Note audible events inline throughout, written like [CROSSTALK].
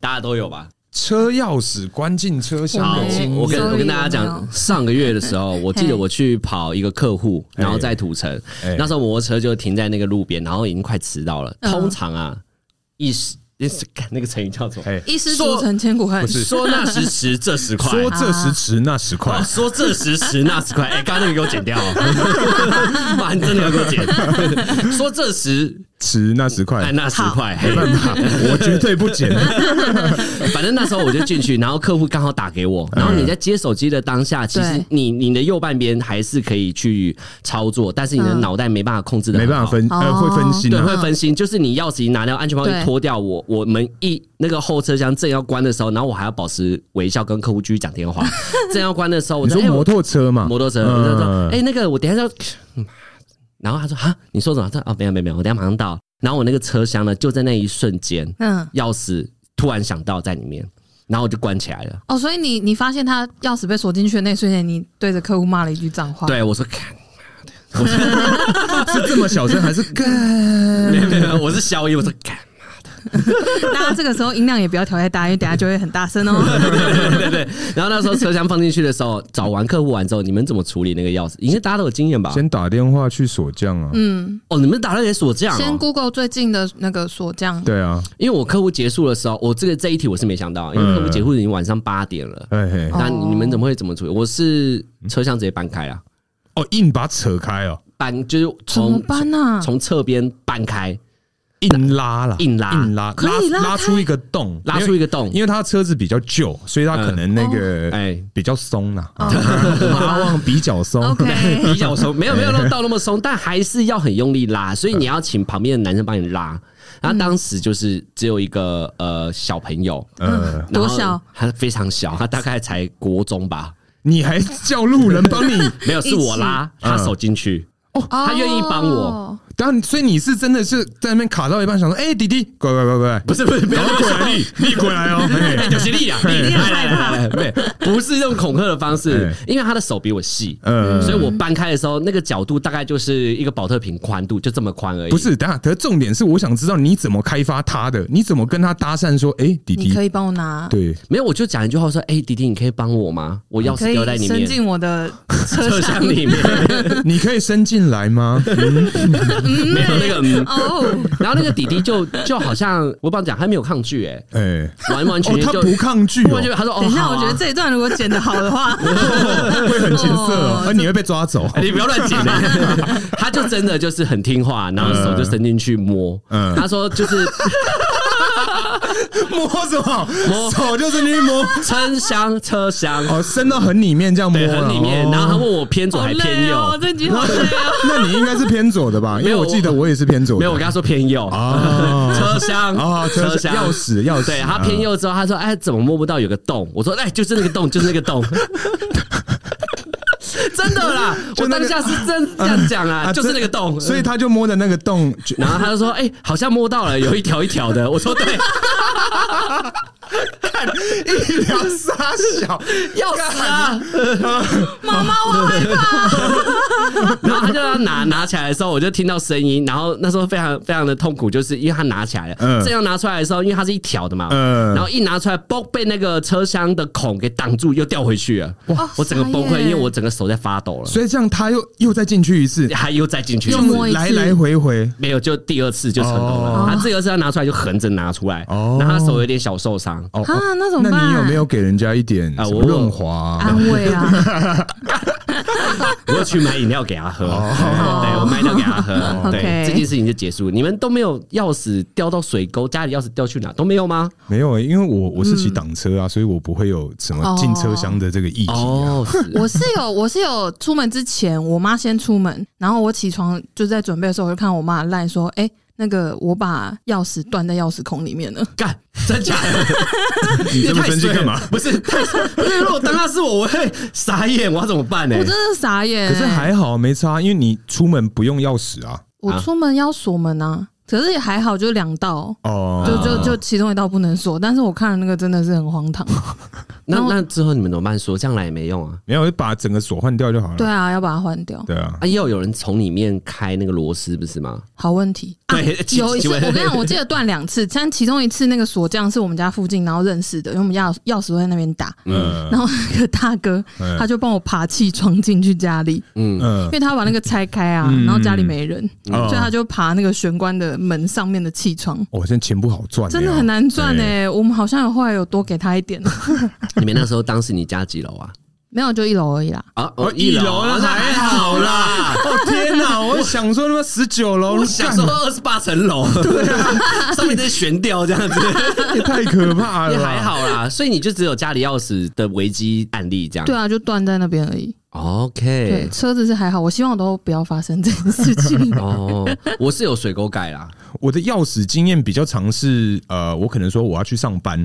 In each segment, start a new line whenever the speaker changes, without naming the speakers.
大家都有吧？
车钥匙关进车厢
好
的经，验，
我跟
嗯所以
我跟大家
有没
讲
有，
上个月的时候，我记得我去跑一个客户，然后在土城
哎，
那时候摩托车就停在那个路边，然后已经快迟到了。
嗯
通常啊，一时 [LAUGHS] 一时干那个成语叫什么？
哎，
一失足成千古恨
不。是
说那时迟，这时快。
说这时迟那时快
哦，说这时迟那时快，哎、刚刚那个给我剪掉、哦， [LAUGHS] 妈，你真的要给我
[LAUGHS]
剪。说这时
迟那时
哎
快，
那时快，嘿
没办
[LAUGHS]
法，我绝对不减。
反正那时候我就进去，然后客户刚好打给我，然后你在接手机的当下，其实
对
你你的右半边还是可以去操作，但是你的
嗯
脑袋没办法控制的，
没办法。分，呃，
哦
会分心
对，
啊。
会分心，就是你钥匙一拿掉，安全帽一
对
脱掉，我我们一那个后车厢正要关的时候，然后我还要保持微笑跟客户继续讲电话。正要关的时候，我
你说
哎我
摩托车嗯嘛，呃
摩托车，我就说，哎、那个我等一下要，然后他说哈，你说什么？他说哦，没有没有没有，我等一下马上到。然后我那个车厢呢，就在那一瞬间，
嗯，
钥匙突然想到在里面，然后我就关起来了。
哦，所以你你发现他钥匙被锁进去的那瞬间，你对着客户骂了一句脏话。， [LAUGHS]
对，我说看，
是这么小声还是干？
没有没有没有，我是宵夜，我说看，
大家这个时候音量也不要调太大，因为等下就会很大声
[LAUGHS]
哦。
对对对。然后那时候车厢放进去的时候，找完客户完之后，你们怎么处理那个钥匙？应该大家都有经验吧？
先打电话去锁匠啊。
嗯，
哦，你们打算给锁匠、
先
哦？
Google 最近的那个锁匠，
对啊，
因为我客户结束的时候，我这个这一题我是没想到，因为客户结束已经晚上八点了。
嘿哎嘿，
哦
那你你们怎么会怎么处理？我是车厢直接搬开啊。
哦，硬把它扯开哦，
搬，就是
怎么
从
办啊？
从侧边搬开，
硬拉啦，
硬拉
硬拉，
可以
拉
拉开
出一个洞，
拉
因
出
为
一个洞。
因为他车子比较旧，所以他可能那个
哎，
比较松啦， [LAUGHS]
哦
拉往比较松。
[LAUGHS] OK，
比较松，没有没有弄到那么松，但还是要很用力拉，所以你要请旁边的男生帮你拉。然后当时就是只有一个呃小朋友，
呃，
然后
多小？
他非常小，他大概才国中吧。
你还叫路人帮你？
没有，是我拉他手进去， [LAUGHS] 他愿意帮我
哦，
但所以你是真的是在那边卡到一半，想说，哎，弟弟，乖乖乖乖，
不是不是，不要
过来立立过来哦。
哎，
嘿
[LAUGHS] 就是力 [LAUGHS] 量，力量，来来来，没不是用恐吓的方式
哎，
因为他的手比我细，
呃，
所以我搬开的时候，那个角度大概就是一个保特瓶宽度，就这么宽而已。
不是，等一下，可是重点是，我想知道你怎么开发他的，你怎么跟他搭讪说，哎，弟
你
弟
可，以帮我拿，
对， [LAUGHS]
没有，我就讲一句话说：“哎、弟弟，你可以帮我吗？我钥
你可
匙掉在
以
里
伸
面，
进我的
车
车
厢 [LAUGHS]
厢
里
[LAUGHS]
面
你可以伸进
[LAUGHS]
来吗？
没有那个。嗯
哦。”
然后那个弟弟就就好像我帮你讲，他没有抗拒、
哎，
哎，完完全
哦，
全
他
就、
不抗拒
完
哦
全，他说：“哦，
等一下，
好啊
我觉得这一段如果剪得好
[LAUGHS]
的话，
会很情色哦
哦，
而你会被抓走。
哎你不要乱讲、
[LAUGHS]
哎他就真的就是很听话，然后手就伸进去摸。
嗯
他说就是
[LAUGHS] 摸什么？
摸
手就是去摸，
车厢车厢
哦，伸到很里面这样摸
对
了，
很里面，
哦
然后他问我偏左
好
还偏
累
右，
哦，这集好累哦。
那你应该是偏左的吧？因
没
为
有
我记得我也是偏左的。
没有，我跟他说偏右
哦
[LAUGHS] 车厢
哦车厢
厢
钥匙钥
[LAUGHS]
匙
对他偏右之后，他说：“哎，怎么摸不到有个洞？”我说：“哎，就是那个洞，就是那个洞。” [LAUGHS] 真的啦，
就
我
那
当
个
下是真这样讲啊，
[LAUGHS] 啊
就是那个洞。
所以他就摸着那个洞，就
然后他就说：“哎，好像摸到了，有一条一条的。”我说：“对，
[LAUGHS] 一条沙小，
钥匙啊。
妈妈，我害怕。”
[LAUGHS] 然后他就要拿拿起来的时候，我就听到声音，然后那时候非常非常的痛苦，就是因为他拿起来了，
嗯
正要拿出来的时候，因为它是一条的嘛，
嗯
然后一拿出来，嘣，被那个车厢的孔给挡住，又掉回去了。
哇
我整个崩
傻
溃，
眼
因为我整个手在发抖了。
所以这样他又又再进去一次，
还又再进去一
又
次，
摸一次
来来回回。
没有，就第二次就成功
哦
了。他第二次要拿出来就横着拿出来，
哦
然后他手有点小受伤。
哦
啊那怎么
那
办
你有没有给人家一点
啊
什么
我
润滑啊？
安慰
[LAUGHS]
啊，
我有去买饮料给他喝，
哦
对我买饮料给他
[LAUGHS]
喝，对
OK
这件事情就结束。你们都没有钥匙掉到水沟，家里钥匙掉去哪都没有吗？
没有，欸因为我我是骑挡车
嗯
啊，所以我不会有什
哦
么进车厢的这个议题 [LAUGHS] 啊。
哦，
[LAUGHS]
是
我是有，我是有出门之前，我妈先出门，然后我起床就在准备的时候，我就看我妈赖说，哎、那个我把钥匙断在钥匙孔里面 [LAUGHS] 了，
干，真假的？
[LAUGHS] 你这么
太
生气
衰了
干嘛？
[LAUGHS] 不是太衰，不是如果当他是我，我会傻眼，我要怎么办呢
我？真的傻眼、
可是还好没差，因为你出门不用钥匙啊。
我出门要锁门啊，可是也还好，就两道。
哦，
[LAUGHS] 就就就其中一道不能锁，但是我看了那个真的是很荒唐，
那
然后
那之后你们怎么办？锁匠来也没用啊！
没有就把整个锁换掉就好了。
对啊，要把它换掉。
对啊
啊，，要有人从里面开那个螺丝，不是
[LAUGHS]
吗？
好问题。啊
对奇
有一
奇
次我
怪
跟你讲， [LAUGHS] 我记得断两次，但其中一次那个锁匠是我们家附近，然后认识的，因为我们家有钥匙会在那边打。
嗯，
然后那个大哥
嗯
他就帮我爬气窗进去家里，
嗯，
嗯
因为他把那个拆开啊，
嗯
然后家里没人，
嗯
哦
所以他就爬那个玄关的门上面的气
啊
窗。
我哦现在钱不好赚，
真的很。难赚哎、我们好像有后来有多给他一点，啊
你们那时候当时你家几楼啊？
没有就一楼而已啦。
啊，
哦，一楼那还好 [LAUGHS] 啦。哦天哪，我想说他妈十九楼，
我想说二十八层楼，对啊， [LAUGHS] 上面在悬吊这样子，
干也太可怕
也
了吧，
还好啦。所以你就只有家里钥匙的危机案例这样。
对啊，就断在那边而已。对，
OK，
车子是还好，我希望都不要发生这件事
[LAUGHS]
情。
哦，我是有水沟盖
[LAUGHS]
啦，
我的钥匙经验比较常是，呃，我可能说我要去上班，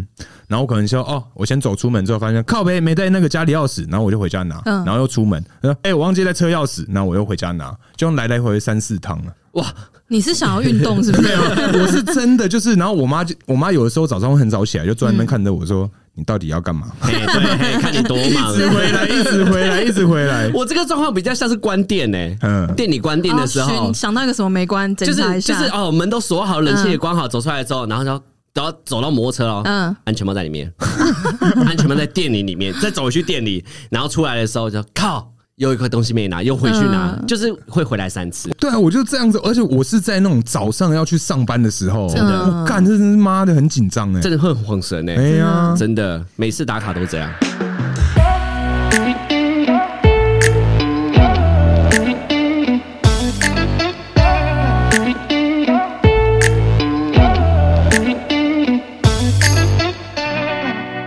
然后我可能说，哦，我先走出门之后发现靠背没带那个家里钥匙，然后我就回家拿，
嗯
然后又出门，哎、诶我忘记带车钥匙，那我又回家拿，就这样来来回回三四趟了。
哇，
你是想要运动是不
[LAUGHS]
没
是
有？，我是真的就是，然后我妈就，我妈有的时候早上会很早起来，就坐在那边看着我说，你到底要干嘛？
嘿对，嘿看你多忙
[LAUGHS]
一。直回来，一直回来，一直回
[LAUGHS]
来。
我这个状况比较像是关店呢，
嗯
店里关店的时
哦
候
寻，想到一个什么没关，检
就是
查一
就
下。
是哦，门都锁好，冷气也关好，走出来之后，然后就。然后走到摩托车哦，
嗯
安全帽在里面， [LAUGHS] 安全帽在店里里面，再走回去店里，然后出来的时候就靠，又一块东西没拿，又回去拿，
嗯
就是会回来三次。
对啊，我就这样子，而且我是在那种早上要去上班的时候，
真的
我干，这真是妈的很紧张哎
真，的会很晃神哎、
哎呀，
真的，每次打卡都这样。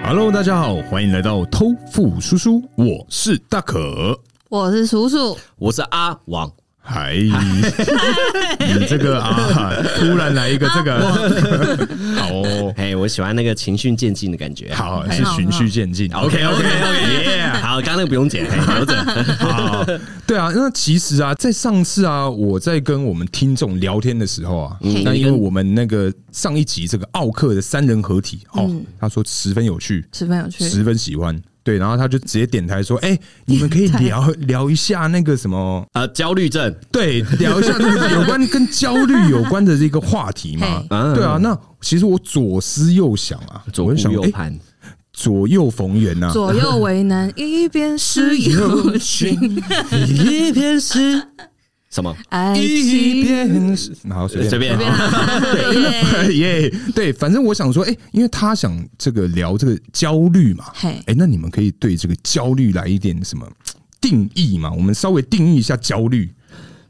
Hello，大家好，欢迎来到偷富叔叔，我是大可。
我是叔叔，
我是阿王，
嗨，你这个啊，突然来一个这个， [LAUGHS] 好哦，
哎、我喜哎欢那个情绪渐进的感觉。
好，是循序渐进。
，OK OK OK，好，刚刚那个不用剪，嘿留
[LAUGHS]
着。
好，对啊，那其实啊，在上次啊，我在跟我们听众聊天的时候啊，
嗯
那因为我们那个上一集这个奥克的三人合体哦，他说十分有趣，
十分有趣。
十分喜欢。对，然后他就直接点台说：“哎、你们可以聊聊一下那个什么
呃，焦虑症，
对，聊一下那个有关跟焦虑有关的这个话题嘛。
嘿
对啊，那其实我左思右想啊，
嗯左
我
顾
就想
右
诶
盼，
左右逢源
啊
啊呐、
左右为难，一边是 [LAUGHS] 友情，
一片是什么？
爱
一
情。啊
边是好随便
随便
随便啦
[LAUGHS] 耶对，反正我想说，哎、因为他想这个聊这个焦虑嘛，
嘿
哎、那你们可以对这个焦虑来一点什么定义嘛？我们稍微定义一下焦虑。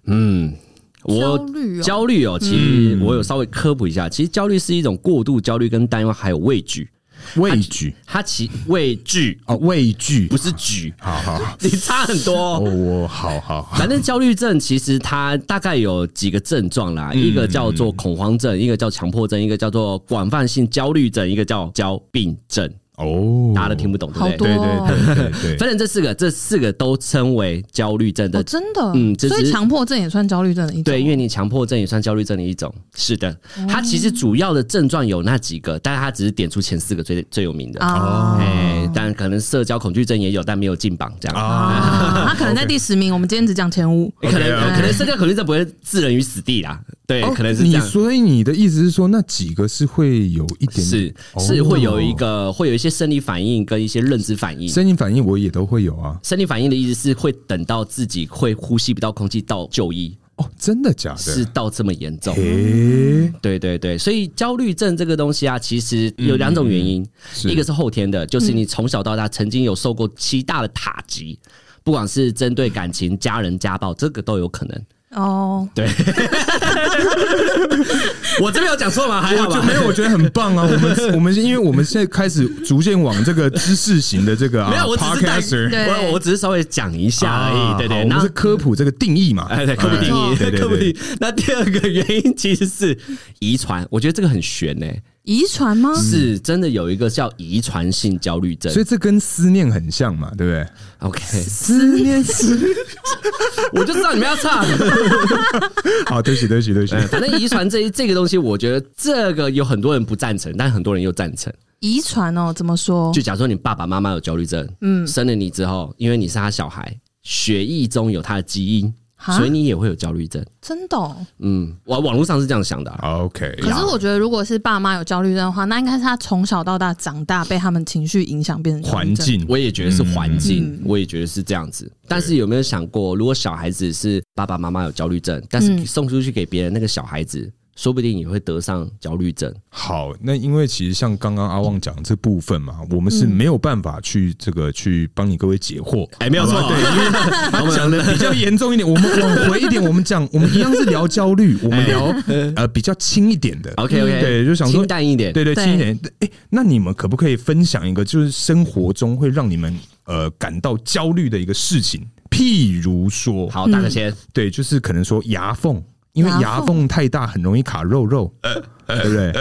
嗯， [LAUGHS] 我
焦虑哦
焦虑哦，其实
嗯
我有稍微科普一下，其实焦虑是一种过度焦虑、跟担忧还有畏惧。
畏惧
它其畏惧
啊，畏惧
不，是惧，
好好好，
你差很多
哦，
哦、
我好好好，
[LAUGHS] 反正焦虑症其实它大概有几个症状啦，
嗯
一个叫做恐慌症，一个叫强迫症，一个叫做广泛性焦虑症，一个叫焦病症。
哦，
大家都听不懂，对
好
不
多
对？
对
哦
对对对对，
反正这四个，这四个都称为焦虑症
哦，
的。
真的，
嗯这
所
只
以
是
强迫症也算焦虑症的一种，
对，因为你强迫症也算焦虑症的一种。是的，它其实主要的症状有那几个，但是它只是点出前四个最最有名的。
啊，
哎，但可能社交恐惧症也有，但没有进榜这样。
啊，
啊他
[LAUGHS]
可能在第十名，我们今天只讲
[LAUGHS]
前五，
可能
OK，OK
可能社交恐惧症不会置人于死地啦，对，
哦
哎可能是这
你，
样。
所以你的意思是说，那几个是会有一点
是
哦
是会有一个会有一些生理反应跟一些认知反应。
声音反应，我也都会有啊。
生理反应的意思是会等到自己会呼吸不到空气到就医，
哦，真的假的？
是到这么严重。
诶，
对对对，所以焦虑症这个东西啊，其实有两种原因，
嗯是
一个是后天的，就是你从小到大曾经有受过极大的打击，不管是针对感情、家人、家暴，这个都有可能。
哦，
我这边有讲错吗？还好
我就
吧
没。有，我觉得很
[LAUGHS]
棒啊！我们我们因为我们现在开始逐渐往这个知识型的这个啊，
没有，我只是带
podcaster
对
我我只是稍微讲一下而已，
啊
对对。
好我
那
们是科普这个定义嘛？啊
哎，对，科普定义，
对对
科普定
对
义。那第二个原因其实是遗传，我觉得这个很悬呢、
遗传吗？
是真的有一个叫遗传性焦虑症
嗯所。以这跟思念很像嘛，对不对？
OK，
思念思，
我就知道你们要唱。
[LAUGHS] 好，对不起，
[LAUGHS]
对
哎
不起，对不起。
反正遗传这一这个东西，我觉得这个有很多人不赞成，但很多人又赞成。
遗传哦，怎么说
就？假如说你爸爸妈妈有焦虑症，
嗯，
生了你之后，因为你是他小孩，血液中有他的基因，
哈
所以你也会有焦虑症。
真的哦、
嗯，网网络上是这样想的啊、
OK，
可是我觉得，如果是爸妈有焦虑症的话，那应该是他从小到大长大被他们情绪影响，变成焦
环
虑症。
境
我也觉得是环境，
嗯
我也觉得是这样子。但是有没有想过，如果小孩子是爸爸妈妈有焦虑症，但是
嗯
送出去给别人，那个小孩子说不定也会得上焦虑症。
好，那因为其实像刚刚阿旺讲这部分嘛，我们是没有办法去这个去帮你各位解惑。
哎没有错
好吧对，因
[LAUGHS]
为他讲的比较严重一点，我们往回一点，我们讲，我们一样是聊焦虑，我们聊呃比较轻一点的。
OK OK，
对，就想说
清，淡一点。
对对，
对
轻一点。哎，那你们可不可以分享一个，就是生活中会让你们呃感到焦虑的一个事情？譬如说，
好，
嗯
大哥先，
对，就是可能说牙缝，因为牙
牙
缝太大很容易卡肉肉，
呃
对不对？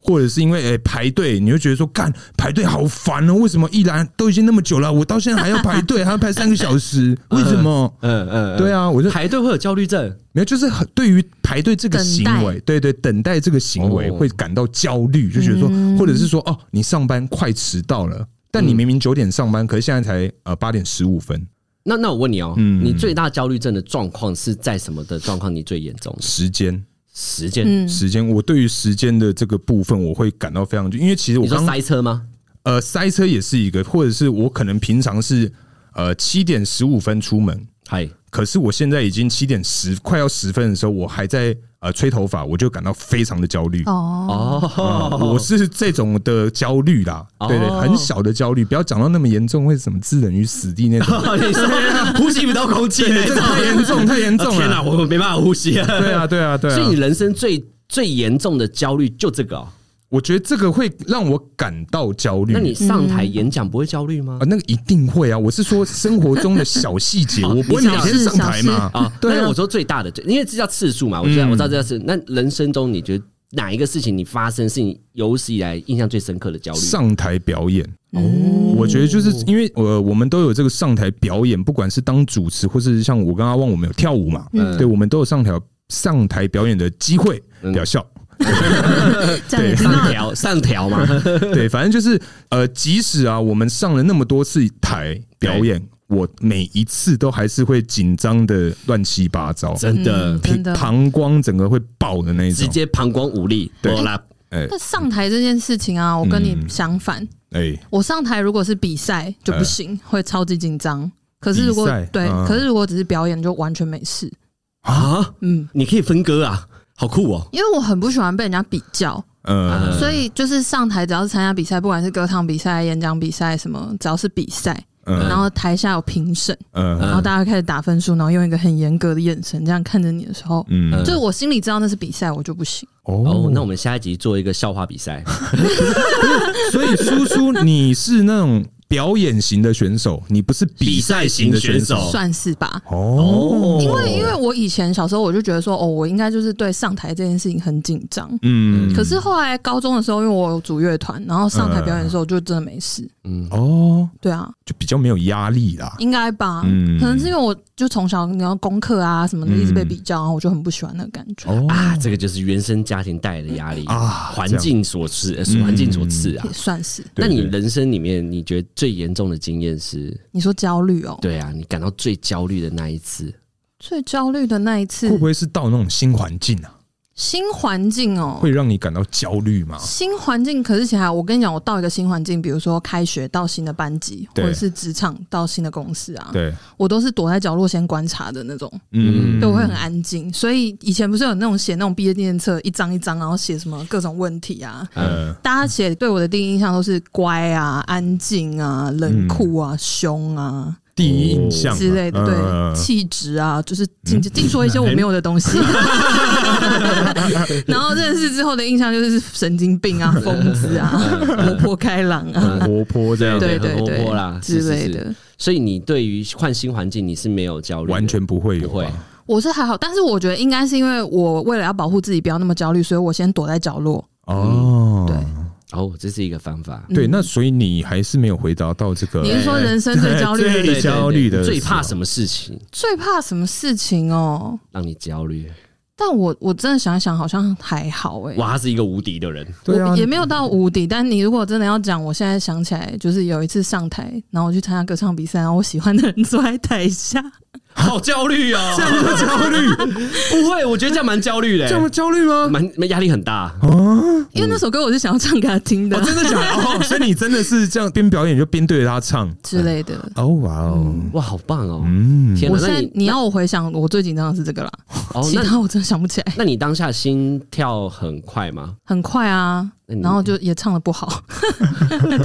或者是因为诶、排队，你会觉得说干排队好烦哦，为什么一来都已经那么久了，我到现在还要排队，还要排三个小时，为什么？
嗯嗯，
对
啊，
啊，我就
排队会有焦虑症，
没有，就是很对于排队这个行
等
为，对对，等待这个行为
哦
会感到焦虑，就觉得说，或者是说哦，你上班快迟到了，但你明明九点上班，可是现在才呃八点十五分，
那那我问你哦，
嗯
你最大焦虑症的状况是在什么的状况？你最严重的
时间
时间？
嗯，
时间，我对于时间的这个部分，我会感到非常，因为其实我
你说
刚
塞车吗？
呃塞车也是一个，或者是我可能平常是呃七点十五分出门，
嗨，
可是我现在已经七点十快要十分的时候，我还在呃吹头发，我就感到非常的焦虑。
哦，
啊
哦，
我是这种的焦虑啦，
哦
对对，很小的焦虑，不要讲到那么严重，会什么置人于死地
[LAUGHS]
那种。
你说哦呼吸不到空气，
对，这个太严重，太严重
啊天哪，
了。
我没办法呼吸啊！
对啊，对啊，对
所以
啊
你。人生最最严重的焦虑就这个哦。
我觉得这个会让我感到焦虑。
那你上台演讲不会焦虑吗
啊？，那个一定会啊！我是说生活中的小细节，
[LAUGHS] 哦
我不会
你
每
讲
天上台嘛。
啊，
[LAUGHS] 对
但
啊，
我说最大的，因为这叫次数嘛，我知道，
嗯
我知道这叫次。那人生中你觉得哪一个事情你发生是你有史以来印象最深刻的焦虑？嗯
上台表演。
哦，
[LAUGHS]
嗯
我觉得就是因为呃，我们都有这个上台表演，不管是当主持，或是像我跟阿旺，我们有跳舞嘛，
嗯
对，我们都有上台上台表演的机会
嗯，
表笑。
这样
[LAUGHS]
也知道
上
[LAUGHS]
条上条嘛，
嗯对，反正就是呃，即使啊，我们上了那么多次台表演，我每一次都还是会紧张的乱七八糟，
真的。
嗯真的
膀胱整个会爆的那一
直
种。
接膀胱无力，
对
好啦，
哎
那上台这件事情啊，我跟你
嗯
相反，
哎，
我上台如果是比赛就不行，会超级紧张。可是如果
呃比赛
对，
嗯
可是如果只是表演就完全没事。
啊，
嗯，
你可以分割啊，好酷哦！
因为我很不喜欢被人家比较，
呃，
嗯
所以就是上台只要是参加比赛，不管是歌唱比赛、演讲比赛什么，只要是比赛，
嗯
然后台下有评审，
嗯
然后大家开始打分数，然后用一个很严格的眼神这样看着你的时候，
嗯，
就是我心里知道那是比赛，我就不行。
哦
哦，，
那我们下一集做一个笑话比赛，
所以叔叔，你是那种表演型的选手，你不是比赛型的选
比赛型选手
手。
算是吧。
哦，
因为因为我以前小时候我就觉得说，哦，我应该就是对上台这件事情很紧张。
嗯
可是后来高中的时候，因为我有组乐团，然后上台表演的时候就真的没事。
嗯，
哦，
对啊，
就比较没有压力啦。
应该吧？
嗯
可能是因为我就从小你要功课啊什么的，
嗯
一直被比较，然后我就很不喜欢那个感觉。
哦
啊，这个就是原生家庭带来的压力
啊嗯
环境所赐，呃环境所赐啊
也。算是
那
对
你
对
人生里面，你觉得最严重的经验是？
你说焦虑哦，
对啊，你感到最焦虑的那一次，
最焦虑的那一次
会不会是到那种新环境啊，
新环境哦，
会让你感到焦虑吗？
新环境可是起来，我跟你讲，我到一个新环境，比如说开学到新的班级，或
对
者是职场到新的公司啊，
对，
我都是躲在角落先观察的那种，
嗯
对，我会很安静。所以以前不是有那种写那种毕业纪念册，一张一张，然后写什么各种问题啊，
呃，
大家写对我的第一印象都是乖啊、安静啊、冷酷啊、
嗯
凶啊
第一印象嘛
之类的，
呃
对，气质啊，就是
嗯
尽尽说一些我没有的东 [LAUGHS] 西。然后认识之后的印象就是神经
[LAUGHS]
病啊、疯子啊、
嗯
活泼开朗啊，
活泼这样，
对
对对
很活
对
泼啦
之类
是是
的。
[LAUGHS] 所以你对于换新环境，你是没有焦虑的，
完全不会有啊
不会
吧，
我是还好，但是我觉得应该是因为我为了要保护自己不要那么焦虑，所以我先躲在角落。
哦。
嗯
哦，这是一个方法。
对，那所以你还是没有回答到这个哎
你是说人生最焦虑的
对
地
最
方
焦虑的
最怕
时候
什么事情
最怕什么事情哦？
让你焦虑？
但我我真的想一想，好像还好哎、
哇，他是一个无敌的人，
对啊
我，也没有到无敌，但你如果真的要讲，我现在想起来，就是有一次上台，然后我去参加歌唱比赛，然后我喜欢的人坐在台下，
[LAUGHS] 好焦虑哦。
[LAUGHS] 这样就焦虑，
[LAUGHS] 不会，我觉得这样蛮焦虑的
这样
欸，
就焦虑吗？
蛮蛮压力很大。嗯
啊，
因为那首歌我是想要唱给他听的、
哦，真的假的？哦，所以你真的是这样边表演就边对着他唱。
[LAUGHS] 之类的。
哦，哇哦，
哇，好棒哦！
嗯，
天
我
哪，
现
那
在
你
你要我回想，我最紧张的是这个啦，
哦，
其
那
他我真的想不起来。
那你当下心跳很快吗？
很快啊，
那你
然后就也唱的不好， [LAUGHS]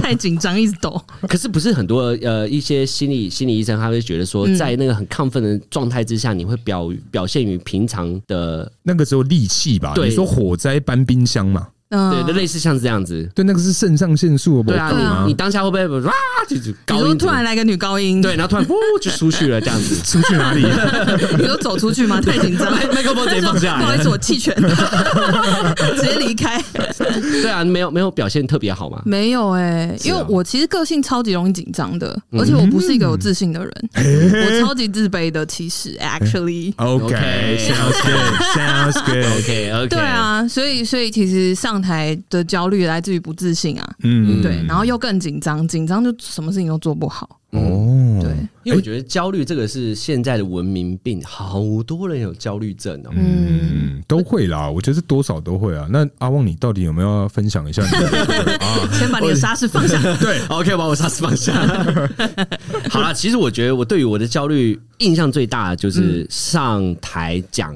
太紧张，一直抖。
可是不是很多呃一些心理心理医生他会觉得说，
嗯
在那个很亢奋的状态之下，你会表表现于平常的
那个时候戾气吧？
对
你说火灾搬冰箱嘛？
嗯、
对，就类似像这样子。
对，那个是肾上腺素的
对
波
啊，
动
你
吗
你？当下会不会哇就是
你
高
说
音
突然来个女高音，
对，，然后突然噗就出去了这样子。
出去哪
[LAUGHS]
里？
你说走出去吗？太紧张，
麦麦克风直接放下来
不好意思，我弃权，
[LAUGHS]
直接离开。
对啊，没有没有表现特别好嘛。
没有哎、
是啊
因为我其实个性超级容易紧张的，而且我不是一个有自信的人， [LAUGHS] 我超级自卑的。其实，actually，
嗯哎 OK，
Okay.
sounds
[LAUGHS]
good，sounds good。
OK OK，
对，啊，所以所以其实上台的焦虑来自于不自信啊，
嗯，
对，然后又更紧张，紧张就什么事情都做不好，
嗯
哦，
对，
因为我觉得焦虑这个是现在的文明病，好多人有焦虑症哦。
嗯。
嗯，都会啦，我觉得是多少都会啊。那阿旺，你到底有没有要分享一下你的啊？
先把你的沙士放下，
对，
[LAUGHS] OK，把我沙子放下。 [LAUGHS] 好啦，其实我觉得我对于我的焦虑印象最大的
嗯
就是上台讲、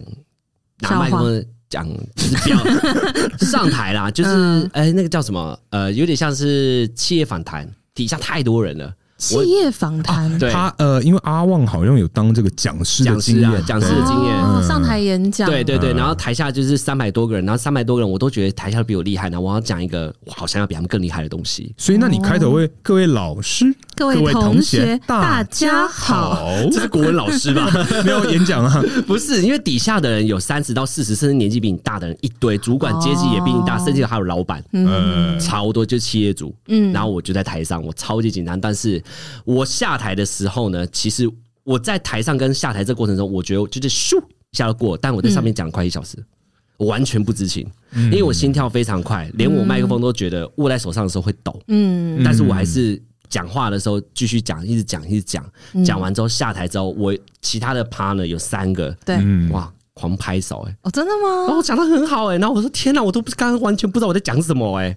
拿麦克风讲，就是表 [LAUGHS] 上台啦，就是
嗯
哎、那个叫什么呃，有点像是企业访谈，底下太多人了，
企业访谈、
[LAUGHS] 对，
他呃，因为阿旺好像有当这个讲师的
讲
经
师啊
验，，
讲师的经验。
哦，上台演讲，
对对对，然后台下就是三百多个人，然后三百多个人，我都觉得台下比我厉害，然后我要讲一个我好像要比他们更厉害的东西。 [LAUGHS]
所以那你开头会各位老师、
哦各位同
同
学大
大
家好
好，
这是国文老师吧？
[LAUGHS] 没有演讲啊，
不是，因为底下的人有三十到四十，甚至年纪比你大的人一堆，主管阶级也比你大，
哦
甚至还有老板，
呃，
超多就是企业主。
嗯
然后我就在台上，我超级紧张，但是我下台的时候呢，其实我在台上跟下台这过程中，我觉得我就是咻一下就过，但我在上面讲了快一小时。我完全不知情，因为我心跳非常快，连我麦克风都觉得握在手上的时候会抖。
嗯，
但是我还是讲话的时候继续讲，一直讲，一直讲。
嗯
讲完之后下台之后，我其他的 partner 有三个，
对，
嗯，
哇，狂拍手哎、欸
哦，真的
然
吗？
后我讲的很好哎、欸然后我说天哪，我都不刚刚完全不知道我在讲什么哎、欸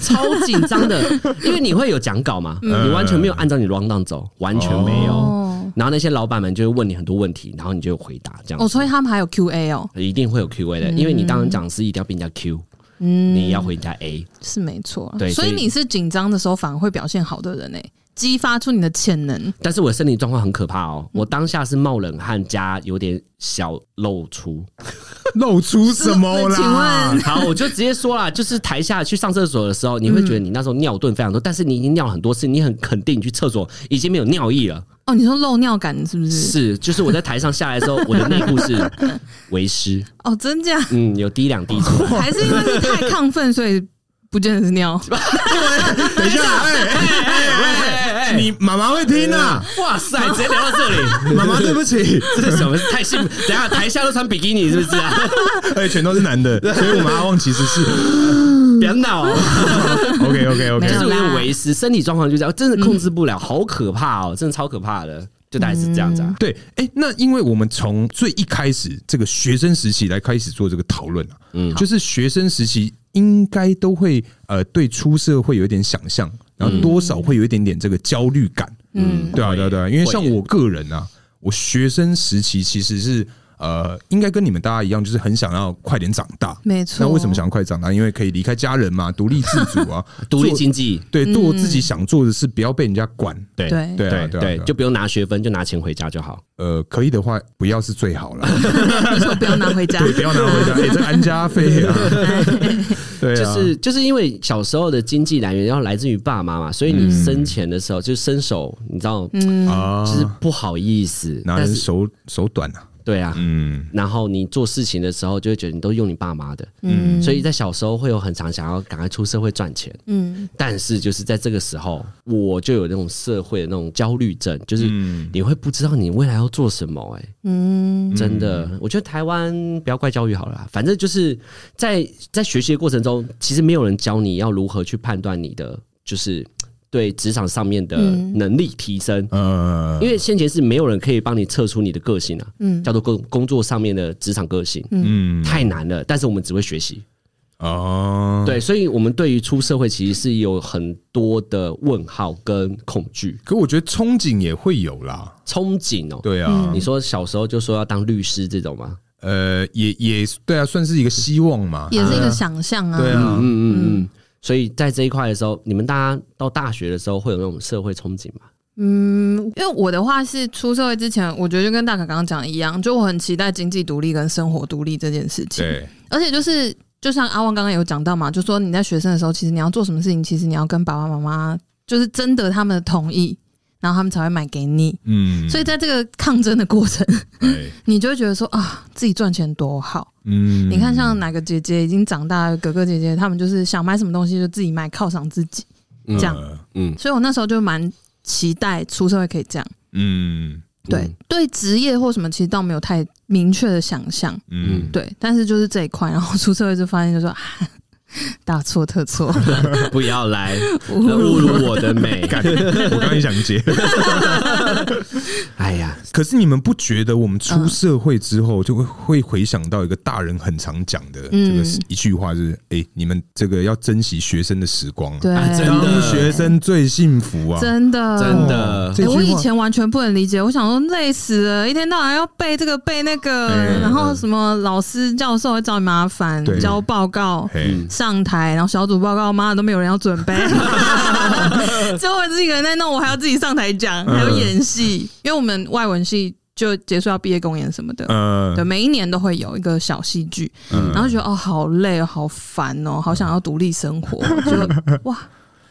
超紧张的，因为你会有讲稿嘛，你完全没有按照你 round down 走，完全没有。
哦
然后那些老板们就会问你很多问题，然后你就回答这样
哦，
子。
所以他们还有 Q&A 哦，
一定会有 Q A 的，因为你当讲师一定要被人家 Q，、
嗯，
你也要回人家 A，
是没错啊，
对
所以
所以
你是紧张的时候反而会表现好的人诶、欸激发出你的潜能，
但是我的身体状况很可怕哦，我当下是冒冷汗加有点小露出。
露出什么啦？
请
[LAUGHS]
问
好，我就直接说啦，就是台下去上厕所的时候，你会觉得你那时候尿遁非常多，但是你已经尿了很多次，你很肯定你去厕所已经没有尿意了。
哦，你说漏尿感是不是？
是，就是我在台上下来的时候，我的内裤是为湿，
哦，真假？
[LAUGHS] 嗯，有滴两滴出来。
还是因为是太亢奋，所以不见得是尿？
等一下，哎哎哎哎，你妈妈会听啊？
[LAUGHS] 哇塞，直接聊到这里，
妈妈，对不啊 [LAUGHS] 起，
[LAUGHS] 这是什么？太幸福！等一下台下都穿比基尼是不是啊？ [LAUGHS]
而且哎全都是男的，所以我们阿旺其实是 [LAUGHS]
不要闹、啊。
OK OK
就
OK
没。
是
有
有嗯
啦
点为湿，身体状况就这样，真的控制不了，好可怕哦，真的超可怕的，就大概是这样子啊。
对，哎、那因为我们从最一开始这个学生时期来开始做这个讨论啊，嗯，就是学生时期应该都会呃对出社会有一点想象，然后多少会有一点点这个焦虑感，
嗯，
对啊，对啊，对啊，因为像我个人啊，我学生时期其实是呃，应该跟你们大家一样，就是很想要快点长大。
没错。
那为什么想要快长大？因为可以离开家人嘛，独立自主啊，
独立
做
经济，
对，做自己想做的事，不要被人家管。
对
对
对啊，啊
对，
啊
就不用拿学分，就拿钱回家就好。
呃，可以的话，不要是最好了。 [LAUGHS]
你说不要拿回家？
对，不要拿
[LAUGHS]
回家，哎、这安家费啊，对啊，
就是就是因为小时候的经济来源要来自于爸妈嘛，所以你生前的
嗯
时候就伸手，你知道，
嗯，
啊，
就是不好意思，
拿
但
人
是
手手短啊，
对啊，
嗯，
然后你做事情的时候就会觉得你都用你爸妈的，
嗯，
所以在小时候会有很常想要赶快出社会赚钱，
嗯
但是就是在这个时候，我就有那种社会的那种焦虑症，就是
嗯
你会不知道你未来要做什么、欸，
嗯
真的，我觉得台湾不要怪教育好了啦，反正就是在在学习的过程中，其实没有人教你要如何去判断你的就是对职场上面的
嗯
能力提升，
呃，
因为先前是没有人可以帮你测出你的个性啊，
嗯
叫做工工作上面的职场个性，
嗯，
太难了。但是我们只会学习，
嗯
哦，，
对，所以我们对于出社会其实是有很多的问号跟恐惧、
可我觉得憧憬也会有啦，
憧憬哦。
对啊，
嗯
你说小时候就说要当律师这种吗？
呃，也也对啊，算是一个希望嘛，
也是一个想象啊，
对
嗯
啊，
嗯嗯嗯。所以在这一块的时候，你们大家到大学的时候会有那种社会憧憬吗？
嗯，因为我的话是出社会之前，我觉得就跟大可刚刚讲的一样，就我很期待经济独立跟生活独立这件事情，
对，
而且就是就像阿旺刚刚有讲到嘛，就说你在学生的时候，其实你要做什么事情，其实你要跟爸爸妈妈就是征得他们的同意，然后他们才会买给你。
嗯，
所以在这个抗争的过程，
对，
你就会觉得说啊，自己赚钱多好。
嗯，
你看，像哪个姐姐已经长大，哥哥姐姐他们就是想买什么东西就自己买，犒赏自己。
嗯
这样
呃，
嗯，
所以我那时候就蛮期待出社会可以这样。
嗯
对、
嗯
对，职业或什么其实倒没有太明确的想象，
嗯，
对，但是就是这一块，然后出社会就发现就说、啊、 [LAUGHS] 大错特错，
[LAUGHS] 不要来呃侮辱我的美。
干，
[LAUGHS]
我刚也想接，
哎呀，
可是你们不觉得我们出社会之后，就会会回想到一个大人很常讲的这个
嗯
一句话，就是哎、诶你们这个要珍惜学生的时光、啊，
对，
啊真的
当学生最幸福啊！
真的
真的
哦
欸
这句
我以
话
前完全不能理解，我想说累死了，一天到晚要背这个背那个，
嗯
然后什么老师教授会找你麻烦
对，哎
交报告、
嘿，
嗯
上台，然后小组报告，妈的都没有人要准
[LAUGHS]
备， [LAUGHS] 最后我自己一个人在弄，我还要自己上台讲，
嗯
还要演戏，因为我们外文系就结束要毕业公演什么的，
呃
对，，每一年都会有一个小戏剧，
嗯
然后就觉得哦，好累哦，好烦哦，好想要独立
[LAUGHS]
生活，就哇，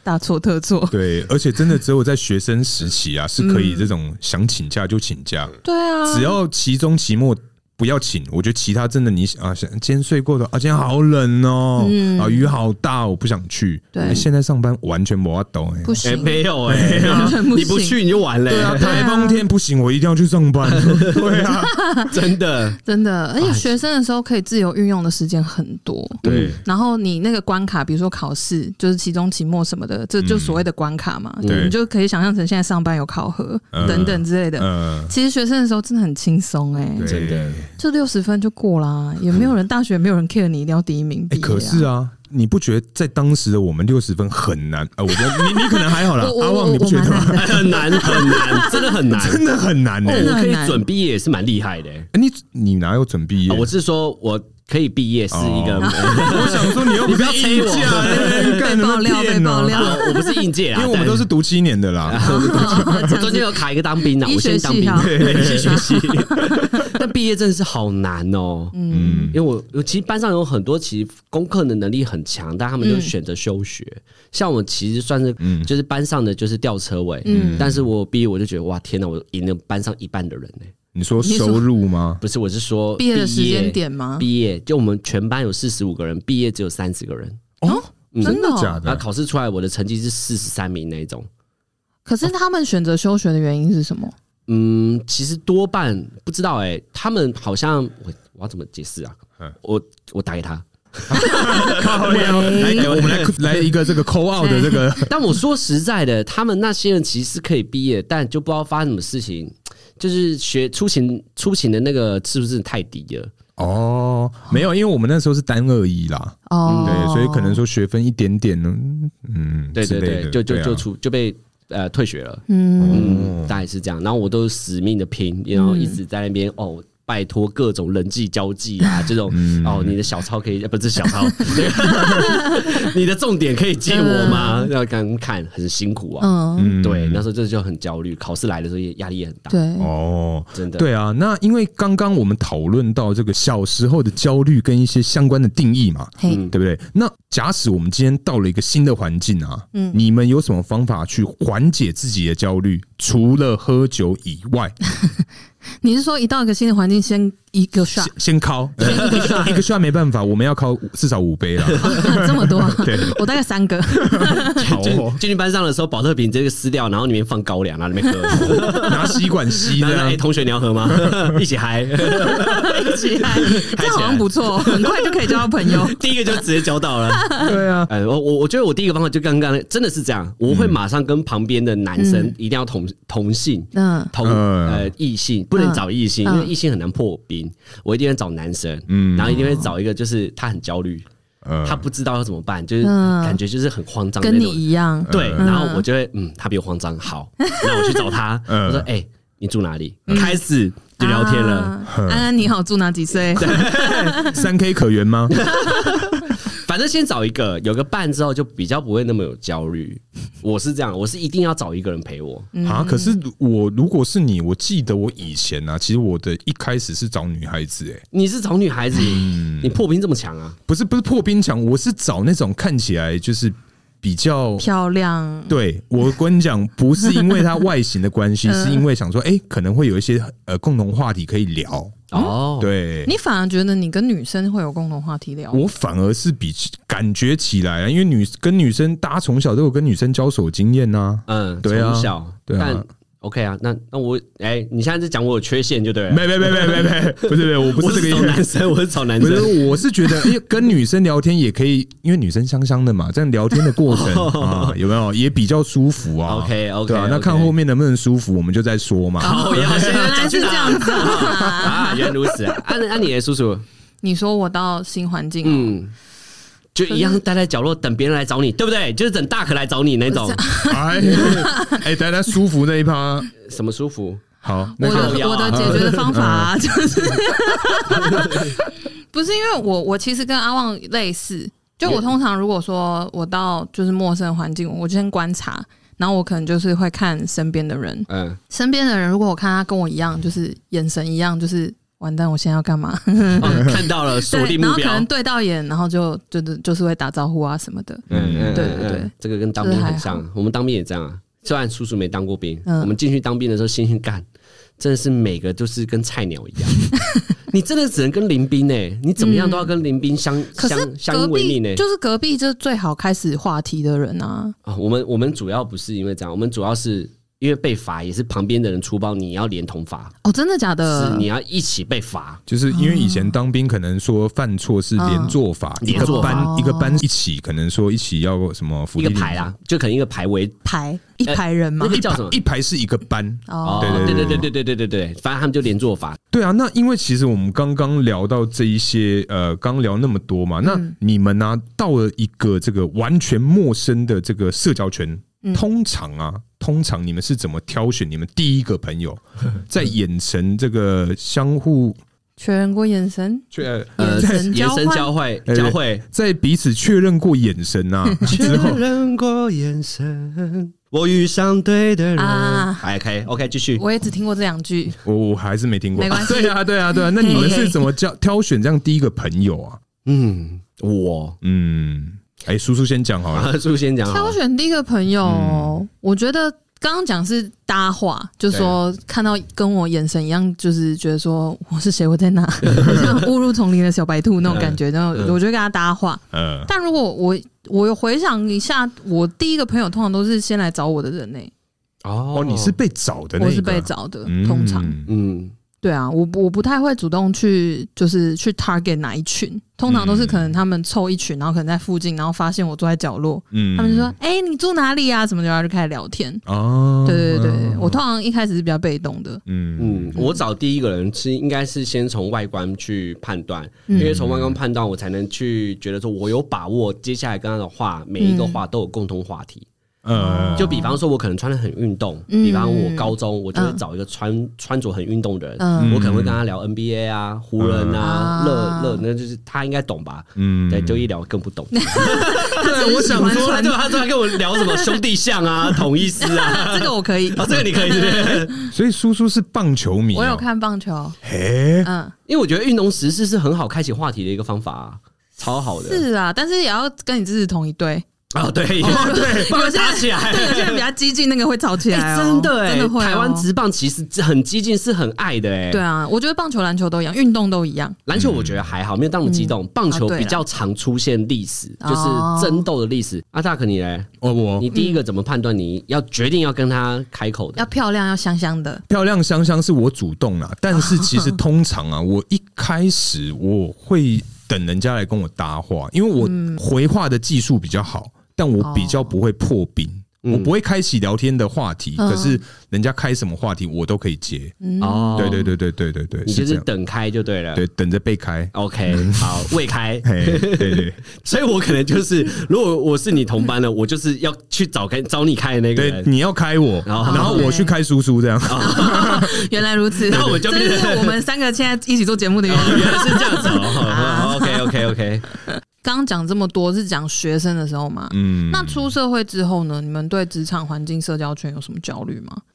大错特错。
对，而且真的只有在学生时期啊，是可以
嗯
这种想请假就请假，
对啊，
只要期中、期末不要请，我觉得其他真的你啊，想今天睡过头啊，今天好冷哦、
嗯
啊，雨好大，我不想去。
对
哎现在上班完全没法懂、哎
不行，
哎，没有哎
完全，不
你不
行
去你就完
对啊，
了，
台风天不行，我一定要去上
[LAUGHS]
班。对啊，
[LAUGHS] 真的。
真的，而且
哎
学生的时候可以自由运用的时间很多。
对
然后你那个关卡，比如说考试，就是期中、期末什么的，这就所谓的关卡嘛，
嗯对
你就可以想象成现在上班有考核、
嗯
等等之类的。
嗯、
其实学生的时候真的很轻松哎，
对
真的
就六十分就过啦，也没有人大学没有人 care 你一定要第一名
哎、
毕业、啊
可是啊，你不觉得在当时的我们六十分很难？呃，我觉得你你可能还好啦
[LAUGHS] 我，我
啊阿
我
旺你不
我
觉得
蛮
吗？[LAUGHS]
难的，
很难很难，真的很难。
真的很难呢、
哦，我可
很
以
难
准毕业也是蛮厉害的欸、
哎你你哪有准毕业？
啊我是说我可以毕业是一个，
我想 [LAUGHS] 说你又
你不
是
要催
硬
我
价
[LAUGHS]
在那边哎干
被爆料
什么骗啊
被爆料
[LAUGHS] 我不是应届
因
啊，
为我们都是读七年的
[LAUGHS]
啦。
但我中间有卡一个当兵的，啊
医
我
学
先当
系
兵
哈，，
对先 [LAUGHS] 学习。但毕业真的是好难哦，
嗯
因为我我其实班上有很多其实功课的能力很强，但他们
嗯
就选择休学。像我其实算是
嗯
就是班上的就是吊车尾，
嗯
但是我毕业我就觉得哇天哪，我赢了班上一半的人呢、
你说
你说
收入吗？
不是，我是说
毕业的时
毕业
间点吗？
毕业就我们全班有四十五个人，毕业只有三十个人。
哦，
嗯
真的哦
假
然后
的？
考试出来，我的成绩是四十三名那一种。
可是他们选择休学的原因是什么？
嗯，其实多半不知道哎、他们好像我我要怎么解释啊
嗯？
我我打给他，
来，我们来来一个这个扣 out 的这个，
但我说实在的，他们那些人其实是可以毕业，但就不知道发生什么事情，就是学出勤出勤的那个次数真的太低了。
[LAUGHS] 哦，没有，因为我们那时候是单二一啦，嗯
哦，
对，所以可能说学分一点点呢，嗯，
对对
之类
对，
的
就就
对啊
就出就被呃退学了。
嗯
嗯，大概是这样。然后我都死命的拼，然后一直在那边哦。拜托各种人际交际啊，这
[LAUGHS]
种、
嗯
哦，你的小抄可以，呃不是小抄， [LAUGHS] 你的重点可以借我吗？要刚看很辛苦啊，
嗯，
嗯
对，那时候这就很焦虑，考试来的时候也压力也很大，
对，
哦。
真的。
对啊，那因为刚刚我们讨论到这个小时候的焦虑跟一些相关的定义嘛，
嘿，
对不对？那假使我们今天到了一个新的环境啊，
嗯
你们有什么方法去缓解自己的焦虑，除了喝酒以外，
你是说一到一个新的环境，先一个 shot，
先啊先敲一个 [LAUGHS] shot，一个 shot 没办法，我们要敲至少五杯了。
这么
[LAUGHS]
多啊
对，
我大概三个。
好
进
哦，
进去班上的时候，保特瓶直接撕掉，然后里面放高粱，然后里面喝。
拿吸管吸
然后
的
说
啊
哎，。同学你要喝吗？一起嗨！
一起来，这样好像不错，哦很快就可以交到朋
[LAUGHS]
友。
第一个就直接交到了。
对啊，
哎，我我我觉得我第一个方法就刚刚真的是这样，我会马上跟旁边的男生
嗯
一定要同同性。
嗯，
同
嗯
呃异性不能找异性，
嗯
因为异性很难破冰。我一定会找男生，
嗯
然后一定会找一个就是他很焦虑，
呃
他不知道要怎么办，就是
嗯
感觉就是很慌张的
跟
那
你
种。
一样，
对，
嗯
然后我就会嗯，他比我慌张，
[LAUGHS]
好，那我去找他，
嗯
我说哎，你住哪里？开始就聊天了。
啊。安安你好，住哪几岁？
三 K 可圆吗？
反正先找一个，有个伴之后就比较不会那么有焦虑。我是这样，我是一定要找一个人陪我。
啊！可是我如果是你，我记得我以前啊，其实我的一开始是找女孩子、欸，
你是找女孩子，
嗯
你破冰这么强啊？
不是不是破冰墙，我是找那种看起来就是比较。
漂亮，
对我跟你讲，不是因为她外形
[LAUGHS]
的关
嗯
系，是因为想说，哎、可能会有一些呃共同话题可以聊。
哦，
对，
你反而觉得你跟女生会有共同话题聊。
我反而是比感觉起来，因为女跟女生，大家从小都有跟女生交手经验呐、
嗯，
对啊
从小，
对啊
但 OK 啊，那那我哎、你现在是讲我有缺陷就对了，
没没没没没没，不是不是，我不
哦我
是这个
是
意
找
思。
男生，我是找男
不是
生，，
[LAUGHS] 我是
[LAUGHS]
觉得，因为跟女生聊天也可以，因为女生香香的嘛，这样聊天的
[LAUGHS]
过程啊，有没有也比较舒服啊
OK，OK，
对啊，那
OK
看后面能不能舒服，我们就再说
[LAUGHS]
嘛。
哦，原来
原来是这
[LAUGHS]
样子啊！
啊，原来如此啊，按、啊、按、你的叔叔，
你说我到新环境，嗯，
嗯。就一样待在角落等别人来找你，对不对？就是等大可来找你那种，
哎，哎，大家舒服那一趴，
什么舒服？
好，
我
那
个
的我的解决的方法、啊、
嗯
就是
[LAUGHS]
不是因为我我其实跟阿旺类似，就我通常如果说我到就是陌生的环境，我就先观察，然后我可能就是会看身边的人，
嗯，
身边的人如果我看他跟我一样，就是眼神一样，就是完蛋，我现在要干嘛？
哦看到了，锁
对，
定
然
目
后可
标
能。对到眼，然后就就是就是会打招呼啊什么的。
嗯，嗯
对
嗯
对对
嗯这个跟当
这
兵
还
很像，我们当兵也这样啊。虽然叔叔没当过兵，
嗯
我们进去当兵的时候，先去干，真的是每个都是跟菜鸟
[LAUGHS]
一样。你真的只能跟林兵呢、你怎么样都要跟林兵相
嗯可是
相相
隔
依为命欸呢、
壁就是隔壁，就是最好开始话题的人啊。
啊，我们我们主要不是因为这样，我们主要是因为被罚，也是旁边的人出包，你要连同罚，
哦，真的假
是
的
你？要一起被罚。
就是因为以前当兵，可能说犯错是连坐法，
嗯
一
连坐
个
法
班
哦
一个班一起，可能说一起要什么福
一
利
个排啦，就可能一个排为
排一排人嘛
那。个
一
叫
排
什么
一排是一个班，
哦，
对对对
对对
对
对
对对对对，反正他们就连坐法。
对啊，那因为其实我们刚刚聊到这一些，呃，刚聊那么多
嗯
嘛，那你们呢、到了一个这个完全陌生的这个社交圈，
嗯
通常啊，通常你们是怎么挑选你们第一个朋
[LAUGHS]
友，在眼神这个相互
确认过眼神，
确
呃，
眼神
眼
交
神
换
交汇
对
交汇，
在彼此确认过眼神
[LAUGHS]
啊之后，
认过眼神，我遇上对的人。
[LAUGHS] 啊
OK 哎 OK，继续。
我也只听过这两句。
我我还是没听过
没关。系
对啊，对啊，
[LAUGHS]
对啊。那你们是怎么挑挑选这样第一个朋友啊？
嗯，我
嗯，哎，叔叔先讲好了。
[LAUGHS]
啊，叔先讲好
挑
了。
选第一个朋友，
嗯
我觉得刚刚讲是搭话，就说看到跟我眼神一样，就是觉得说我是谁，我在哪，像 [LAUGHS] 误入丛林的小白兔那种感觉，然后我就跟他搭话。
呃，
但如果我我有回想一下，我第一个朋友通常都是先来找我的人呢、
哦
哦，你是被找的那
我
个，
是被找的，
嗯，
通常
嗯
对啊，我我不太会主动去就是去 target 哪一群，通常都是可
嗯
能他们凑一群，然后可能在附近，然后发现我坐在角落，
嗯
他们就说：“哎、你住哪里啊？”什么的，然后就开始聊天。
嗯
哦，
对对对，我通常一开始是比较被动的，
嗯
嗯，我找第一个人是应该是先从外观去判断，
嗯
因为从外观判断，我才能去觉得说我有把握，接下来跟他的话每一个
嗯
话都有共同话题。
呃，
就比方说，我可能穿的很运动，
嗯
比方我高中，我就会找一个穿穿着很运动的人，
嗯
我可能会跟他聊 NBA 啊、湖人啊、
嗯
乐乐，那就是他应该懂吧？
嗯
对，就一聊更不懂。
对
我想
他说对啊吧？他说他跟我聊什么兄弟相啊、统一师啊，
这个我可以，
哦，这个你可
[LAUGHS]
以对不对？
所以叔叔是棒球迷、啊
哦
我有，看
[LAUGHS]
棒球，
嘿，
嗯，
因为我觉得运动时事是很好开启话题的一个方法啊，超好的。
是啊，但是也要跟你支持同一队，
啊，对对，把它打起来，
对，有些人比较激进，那个会吵起来
哎，
哦，
真的哎，
真的会哦。
台湾职棒其实很激进，是很爱的哎。
对啊，我觉得棒球、篮球都一样，运动都一样。
篮球我觉得还好，没有那么激动。棒球
啊对啦
比较常出现历史，就是争斗的历史。阿大可你嘞，
哦，我
你第一个怎么判断你要决定要跟他开口
要
的？
漂亮，要香香的，
漂亮香香是我主动啦，但是其实通常
[LAUGHS]
啊，我一开始我会等人家来跟我搭话，因为我
嗯
回话的技术比较好，但
哦
我比较不会破冰。
嗯
我不会开启聊天的话题，
嗯
可是人家开什么话题我都可以接。
哦
对对，对对对对对，
你就是
这
是
样。
等开就对了。
对，等着被开。
OK，好，未开，
嘿，对对
所以我可能就是，如果我是你同班的，我就是要去找开找你开的那个
对，
人。
你要开
[LAUGHS]
我，
然
哦
后
然后我去开叔叔这样。
原来
[LAUGHS]
如此。
那我就
这
变成
就是我们三个现在一起做节目的原
哦，
因。
原来是这样子哦。OK OK OK，
刚刚讲这么多是讲学生的时候嘛？
嗯，
那出社会之后呢？你们对职场环境、社交圈有什么焦虑吗？
[LAUGHS]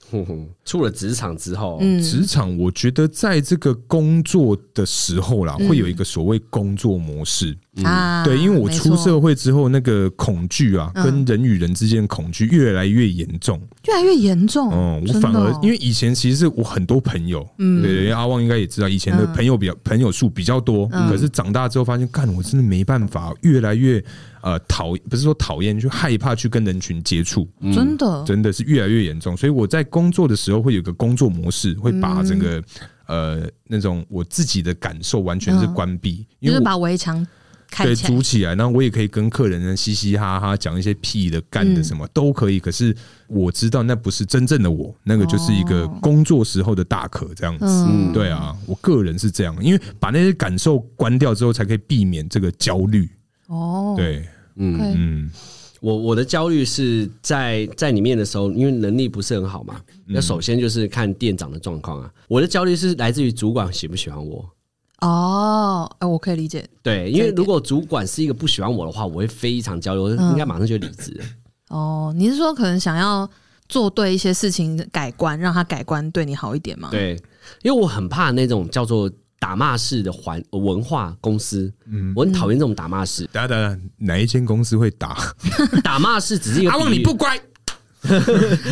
出了职场之后，
嗯，
哦职场，我觉得在这个工作的时候啦，会有一个所谓工作模式。
嗯啊
嗯对，因为我出
没错
社会之后，那个恐惧啊，
嗯
跟人与人之间的恐惧越来越严重。
越来越严重，
嗯，我
真的
反而
哦
因为以前其实是我很多朋友，
嗯
对，因为阿旺应该也知道，以前的
嗯
朋友比较朋友数比较多，
嗯
可是长大之后发现，干我真的没办法，越来越呃讨，不是说讨厌，就害怕去跟人群接触，
真的
真的是越来越严重。所以我在工作的时候会有一个工作模式，会把整个。
嗯
呃，那种我自己的感受完全是
嗯
关闭，因为
就是
我
把围墙开
对，
起来
煮，起来，那我也可以跟客人呢嘻嘻哈哈讲一些屁的、干的
嗯
什么、都可以。可是我知道那不是真正的我，那个就是一个
哦
工作时候的大可这样子。
嗯
嗯，
对啊，我个人是这样，因为把那些感受关掉之后，才可以避免这个焦虑。
哦，
对，
嗯
OK，
嗯，
我我的焦虑是在在里面的时候，因为能力不是很好嘛，那首先就是看店长的状况啊。我的焦虑是来自于主管喜不喜欢我。
哦，哎，我可以理解，
对，因
这
为
一点
如果主管是一个不喜欢我的话，我会非常焦虑，我
嗯
应该马上就离职了。
哦，你是说可能想要做对一些事情的改观，让他改观对你好一点吗？，
对，因为我很怕那种叫做打骂式的环文化公司，我很讨厌这种打骂
[LAUGHS]
式。
大家大家哪一间公司会打？
打骂式只是一个
阿旺
比喻
你不乖，
[LAUGHS]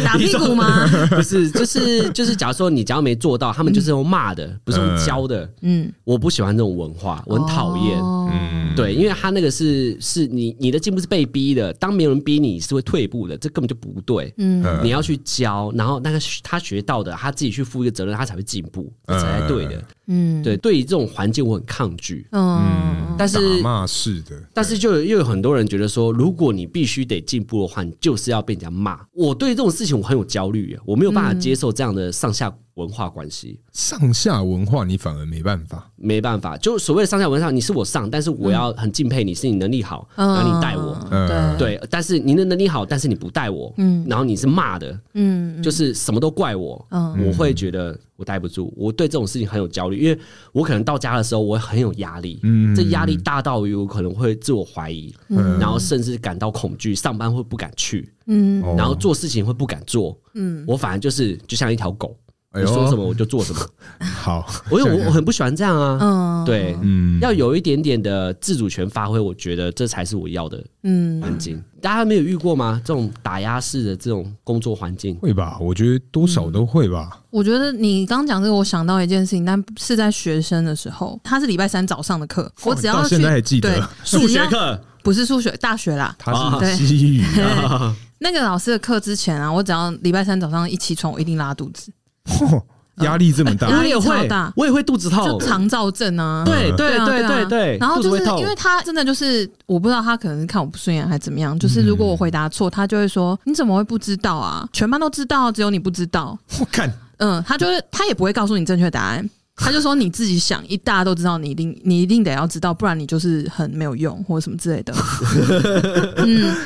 打屁
[LAUGHS]
股吗？
不是，就是就是，假如说你只要没做到，他们就是用骂的，不是用教的。
嗯，
我不喜欢这种文化，我很讨厌。
嗯，
对，因为他那个是是你你的进步是被逼的，当没有人逼你是会退步的，这根本就不对。
嗯，
嗯
你要去教，然后那个学他学到的，他自己去负一个责任，他才会进步，这才是对的。
嗯，
对，对于这种环境我很抗拒，
嗯，
但是
打骂式的，
但是就有又有很多人觉得说，如果你必须得进步的话，你就是要被人家骂。我对这种事情我很有焦虑耶，我没有办法接受这样的上下文化关系。
上下文化你反而没办法。
没办法，就所谓的上下文化，你是我上，但是我要很敬佩你，是你能力好，然后你带我。
嗯
嗯，对，
对，但是你的能力好，但是你不带我，
嗯
然后你是骂的，
嗯，嗯
就是什么都怪我，
嗯
我会觉得我待不住，我对这种事情很有焦虑，因为我可能到家的时候我会很有压力，
嗯
这压力大到于我可能会自我怀疑，
嗯
然后甚至感到恐惧，上班会不敢去，
嗯
哦
然后做事情会不敢做，
嗯，
我反而就是就像一条狗，
哎
你
呦
说什么我就做什
[LAUGHS]
么，
好，
我有我我很不喜欢这样啊，
嗯，
对，
嗯，
要有一点点的自主权发挥，我觉得这才是我要的
嗯，
环境。大家没有遇过吗？这种打压式的这种工作环境，
会吧？我觉得多少都会
嗯
吧。
我觉得你刚讲这个，我想到一件事情，但是在学生的时候，他是礼拜三早上的课，我只要
到
去
现在还记得
对
嗯数
只
[LAUGHS] 学
要
课
不是数学，大学啦。
他
对
是西语啊，
那个老师的课之前啊，我只要礼拜三早上一起床，我一定拉肚子，
[LAUGHS] 嚯哦压力这么大，
压
我
力
也
超
会
大，
我也会肚子
就
痛。
肠燥症啊。
对对
啊
对
啊
对对，
然后
肚子
就
会
是
痛
因为他真的就是，我不知道他可能是看我不顺眼还怎么样，就是如果我回答错，他就会说你怎么会不知道啊？全班都知道，只有你不知道。
我看
嗯，他就是他也不会告诉你正确答案，他就说你自己想，一大家都知道，你一定你一定得要知道，不然你就是很没有用或者什么之类的。 [LAUGHS] 嗯，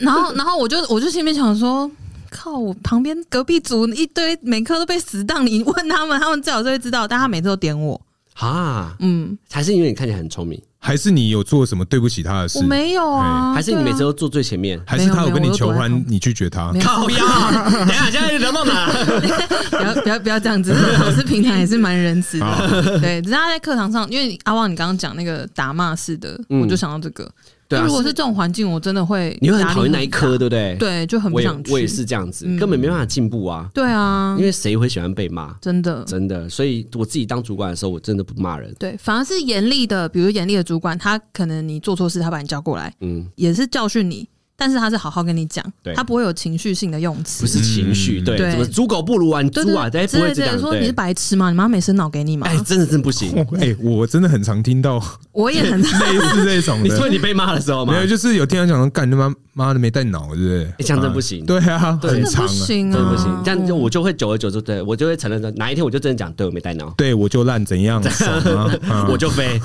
然后然后我就我就心里面想说。靠！我旁边隔壁组一堆每科都被死当，你问他们，他们最好是会知道。但他每次都点我，
啊，
嗯，
还是因为你看起来很聪明，
还是你有做什么对不起他的事
我？没有啊，
还是你每次
对啊
都坐最前面？
还是他有跟
没有没有
你
我
求
躲在旁
欢
边，
你拒绝他
没？有
靠呀！ [LAUGHS] 等一下，现在聊到哪？
不要不要不要这样子，老师平常也是蛮仁慈
啊
的。对，只是他在课堂上，因为阿旺你刚刚讲那个打骂式的，
嗯
我就想到这个，
对啊
如果是这种环境，我真的会
你会很
压力
讨厌那一科，
很大，
对不对？，
对，就很不
我也
想去。
我也是，这样子，
嗯
根本没办法进步啊，
对啊，
因为谁会喜欢被骂？
真的。
真的，所以我自己当主管的时候，我真的不骂人。
对，反而是严厉的，比如严厉的主管，他可能你做错事，他把你叫过来，
嗯，
也是教训你，但是他是好好跟你讲
对，
他不会有情绪性的用词
不。是情绪，
嗯
对，
对
怎么猪狗不如啊，你
对
猪
对
啊，哎，
对，
不会
对
这
对，
样，
说你是
对，
白痴吗？你妈没生脑给你吗？
哎，真的真不行。
哎、 [LAUGHS] 我真的很常听
[LAUGHS]
到
我也很
类似这种
你
的
说，你被骂的时候吗
没？有，就是有听到讲说，干他妈妈的没带脑，对不对？
哎这样真不行
啊对啊，
对
很
真的
长
不
啊。
行
真的
啊，
不行，这样就我就会久而久之，对我就会承认说，哪一天我就真的讲，对我没带脑，
对我就烂，怎样？爽啊！啊
[LAUGHS] 我就
[LAUGHS]
飞，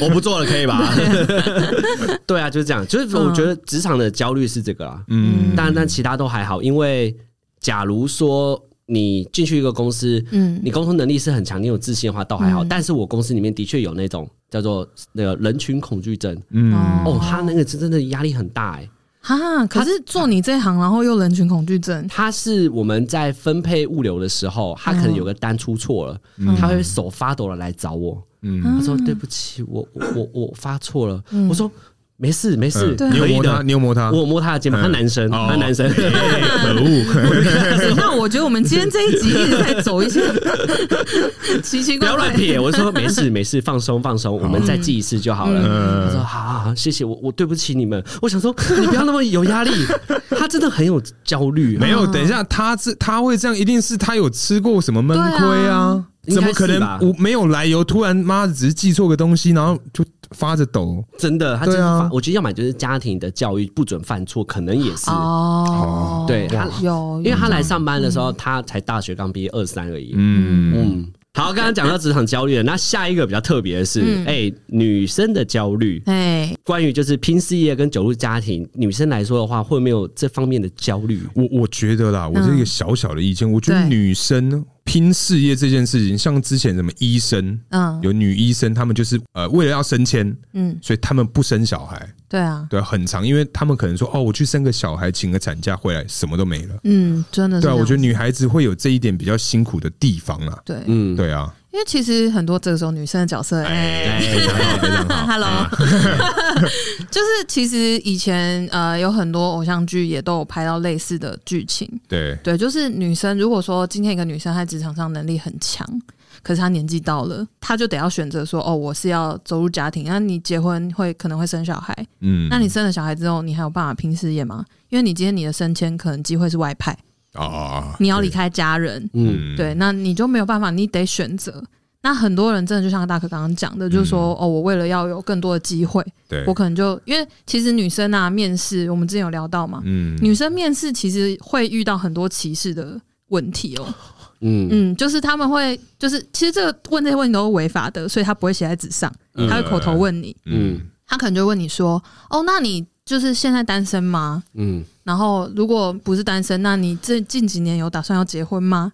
我不做了，可以
[LAUGHS]
吧？对啊，就是这样，就是
嗯
我觉得职场的焦虑是这个啦，
嗯
但但其他都还好，因为假如说你进去一个公司，
嗯
你沟通能力是很强，你有自信的话倒还好，
嗯
但是我公司里面的确有那种叫做那个人群恐惧症，
嗯，
哦，他那个真的压力很大哎、
哈，可是做你这行，然后又人群恐惧症，
他是我们在分配物流的时候，他可能有个单出错了，他会手发抖的来找我，
嗯
他说对不起，我我我我发错了，我说没事没事，
嗯你有
可以
摸他，
的
你。有摸他，
我有摸他的肩膀，他男生，
哦
他男
[LAUGHS]
生，
可恶！
嗯对 [LAUGHS] 那我觉得我们今天这一集一直在走一些奇奇
不
怪
要乱
怪。
撇。我就说没事没事，放松放松，我们再记一次就好了。
哦嗯
他说好好好，谢谢我，我对不起你们。我想说你不要那么有压力， [LAUGHS] 他真的很有焦虑。
没有，等一下，他是他会这样，一定是他有吃过什么闷亏啊？
对啊
怎么可
应该是
能
吧
无没有来由？突然妈的只是记错个东西，然后就发着抖。
真的，他就是
对啊
发，我觉得要么就是家庭的教育不准犯错，可能也是。
哦
对他
有，
因为他来上班的时候，他才大学刚毕业二三而已。
嗯
嗯，好，刚刚讲到职场焦虑了，那下一个比较特别的是，哎、
嗯
女生的焦虑，
哎，
关于就是拼事业跟走入家庭，女生来说的话，会没有这方面的焦虑？
我我觉得啦，我这个小小的意见，我觉得
对
女生拼事业这件事情，像之前什么医生，
嗯
有女医生，她们就是呃为了要升迁，
嗯，
所以她们不生小孩，
对啊，
对啊，很长，因为她们可能说哦，我去生个小孩，请个产假回来，什么都没了。
嗯，真的是
对
这
啊，
样。
我觉得女孩子会有这一点比较辛苦的地方啦。
对，
嗯，
对啊，
因为其实很多这个时候女生的角色，哎
哎，
，Hello，就是其实以前呃有很多偶像剧也都有拍到类似的剧情，
对，
对，就是女生如果说今天一个女生在职场上能力很强，可是她年纪到了，她就得要选择说，哦，我是要走入家庭，那你结婚会可能会生小孩，
嗯，
那你生了小孩之后，你还有办法拼事业吗？因为你今天你的升迁可能机会是外派，
啊啊，啊
你要离，开家人，
对
嗯，
对，，那你就没有办法，你得选择。那很多人真的就像大可刚刚讲的，就是说、哦，我为了要有更多的机会，
嗯对
我，可能就因为其实女生啊面试，我们之前有聊到嘛，
嗯
女生面试其实会遇到很多歧视的问题哦。
嗯，
嗯，就是他们会，就是其实这个问这些问题都是违法的，所以他不会写在纸上，
嗯
他会口头问你，
嗯
他可能就问你说：“哦，那你就是现在单身吗？
嗯，
然后如果不是单身，那你这近几年有打算要结婚吗？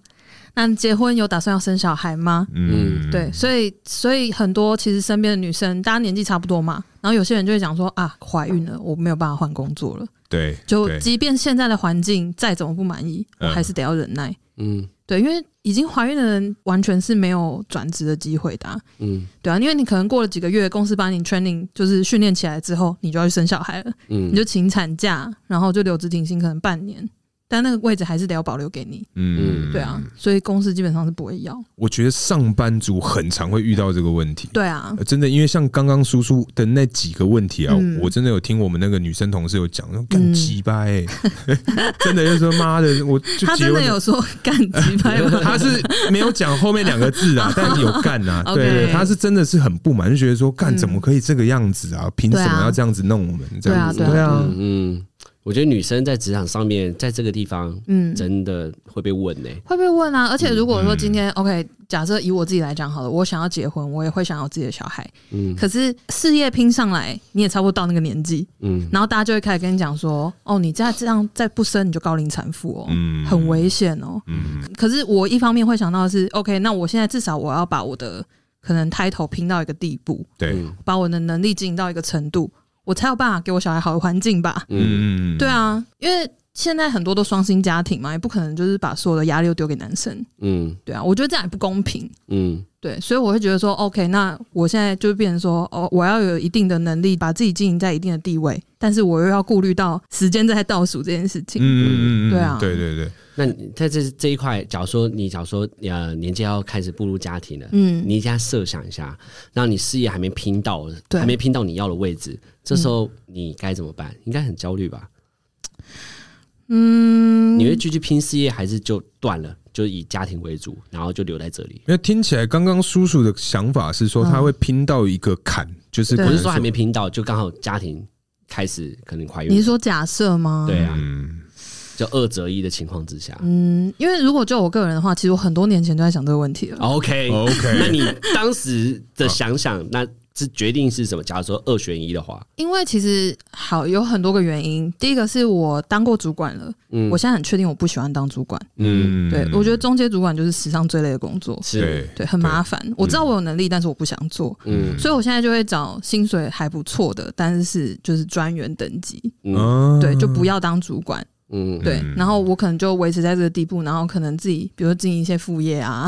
那你结婚有打算要生小孩吗？”
嗯
对，，所以所以很多其实身边的女生，大家年纪差不多嘛，然后有些人就会讲说啊，怀孕了，我没有办法换工作了。
对，
就
对
即便现在的环境再怎么不满意，我
嗯
还是得要忍耐。
嗯，
对，因为已经怀孕的人完全是没有转职的机会的啊、
嗯，
对啊，因为你可能过了几个月，公司把你 training 就是训练起来之后，你就要去生小孩了，
嗯
你，就请产假，然后就留职停薪可能半年，但那个位置还是得要保留给你。
嗯
对啊，，所以公司基本上是不会要。
我觉得上班族很常会遇到这个问题。
对啊，
呃真的，因为像刚刚叔叔的那几个问题啊，
嗯
我真的有听我们那个女生同事有讲，说干
嗯
鸡巴哎，真的就是说妈的，我就
他
结
真的
婚
有说 [LAUGHS] 干几百万，
[LAUGHS] 他是没有讲后面两个字
[LAUGHS]
啊，但有干啊，对
OK
对，他是真的是很不满，就觉得说干怎么可以这个样子啊？凭什么要这样子弄我们？这样子，
对啊
对
对
啊，
嗯，我觉得女生在职场上面，在这个地方
嗯，
真的会被问呢、
会被问啊。而且如果
嗯
说今天、OK，假设以我自己来讲好了，我想要结婚，我也会想要自己的小孩。
嗯
可是事业拼上来，你也差不多到那个年纪，
嗯，
然后大家就会开始跟你讲说：“哦，你再这样再不生，你就高龄产妇哦，
嗯
很危险哦。
嗯
可是我一方面会想到的是，OK，那我现在至少我要把我的可能 title 拼到一个地步，
对，
嗯
把我的能力经营到一个程度，我才有办法给我小孩好的环境吧。
嗯
嗯，
对啊，因为现在很多都双薪家庭嘛，也不可能就是把所有的压力都丢给男生，
嗯
对啊，我觉得这样也不公平。
嗯
对，所以我会觉得说，OK，那我现在就变成说，哦，我要有一定的能力，把自己经营在一定的地位，但是我又要顾虑到时间在倒数这件事情。
嗯嗯嗯，
对啊
对对对，
那你在这这一块，假如说你假如说呃年纪要开始步入家庭了，
嗯
你现在设想一下，那你事业还没拼到，
对
还没拼到你要的位置，这时候你该怎么办？应该很焦虑吧？嗯，你会继续拼事业，还是就断了，就以家庭为主，然后就留在这里？
因为听起来刚刚叔叔的想法是说他会拼到一个坎，就是可
对
我
能
是说还没拼到，就刚好家庭开始可能怀孕，
你是说假设吗？
对啊，
嗯
就二择一的情况之下、
嗯，因为如果就我个人的话，其实我很多年前就在想这个问题了。
o k
OK
那你当时的想想，那是决定是什么？假如说二选一的话，
因为其实好有很多个原因，第一个是我当过主管了，
嗯
我现在很确定我不喜欢当主管。
嗯，
嗯
对，我觉得中介主管就是史上最累的工作，
是，
对
对，很麻烦。我知道我有能力，但是我不想做，
嗯
所以我现在就会找薪水还不错的，但是是就是专员等级，
嗯
嗯
对，就不要当主管，
嗯，
对。然后我可能就维持在这个地步，然后可能自己比如说经营一些副业啊，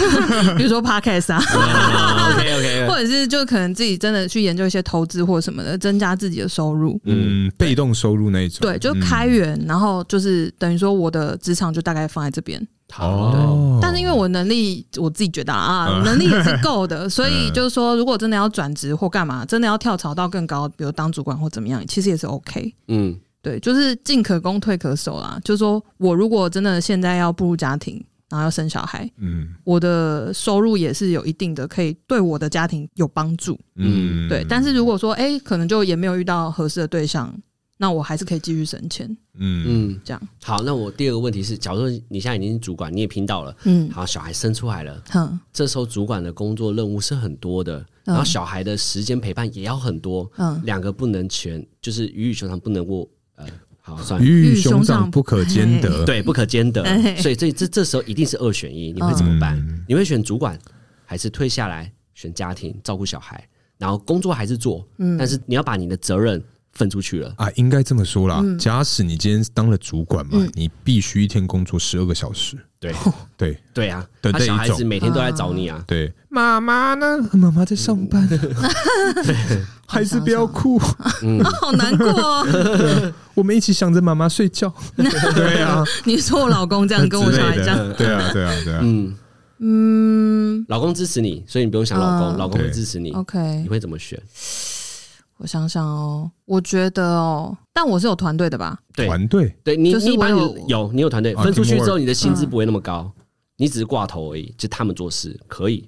[LAUGHS] 比如说 podcast 啊，
，OK [LAUGHS] OK，
或者是就可能自己真的去研究一些投资或什么的，增加自己的收入。
嗯被动收入那一种，嗯
对，就开源，然后就是等于说我的职场就大概放在这边，
哦
好，
但是因为我能力我自己觉得
嗯
啊，能力也是够
[LAUGHS]
的，所以就是说，如果真的要转职或干嘛，真的要跳槽到更高，比如当主管或怎么样，其实也是 OK。
嗯
对，就是进可攻退可守啦。就是说我如果真的现在要步入家庭，然后要生小孩，
嗯
我的收入也是有一定的，可以对我的家庭有帮助。
嗯
对，但是如果说哎、诶可能就也没有遇到合适的对象，那我还是可以继续省钱
嗯
嗯，
这样。
好，那我第二个问题是，假如说你现在已经是主管，你也拼到了，
嗯，
好，小孩生出来了，
哼，
这时候主管的工作任务是很多的，然后小孩的时间陪伴也要很多，
嗯，
两个不能全，就是鱼与熊掌不能握，呃，好，算了。
鱼与熊掌不可兼得，
对，不可兼得
哎，
所以这这这时候一定是二选一，你会怎么办
嗯？
你会选主管，还是退下来选家庭照顾小孩，然后工作还是做，但是你要把你的责任分出去了。
啊，应该这么说啦。
嗯
假使你今天当了主管嘛，你必须一天工作十二个小时。 [LAUGHS]
对
对
对啊，
对
他
这一
小孩子
种
每天都来找你啊，
对，妈妈呢？妈妈在上班。
嗯
孩子不要哭，
好难过、哦。
我们一起想着妈妈睡
[LAUGHS]
觉。对啊，
你说我老公这样跟我小孩这样，
对啊，对啊，对啊。
嗯，
嗯
老公支持你，所以你不用想老公，
嗯
老公会
对
支持你，
，OK
你。会怎么选？
我想想哦，我觉得哦，但我是有团队的吧？
对
团队
对你，
就是
你把
我
你
有
的有你有团队
啊
分出去之后，
teamwork
你的薪资不会那么高，你只是挂头而已，就他们做事可以。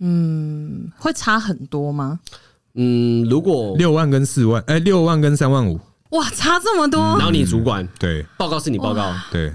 嗯，会差很多吗？
嗯，如果
六万跟四万，哎，六万跟三万五。
哇，差这么多
然后你主
嗯
管
对
报告是你报告，
对，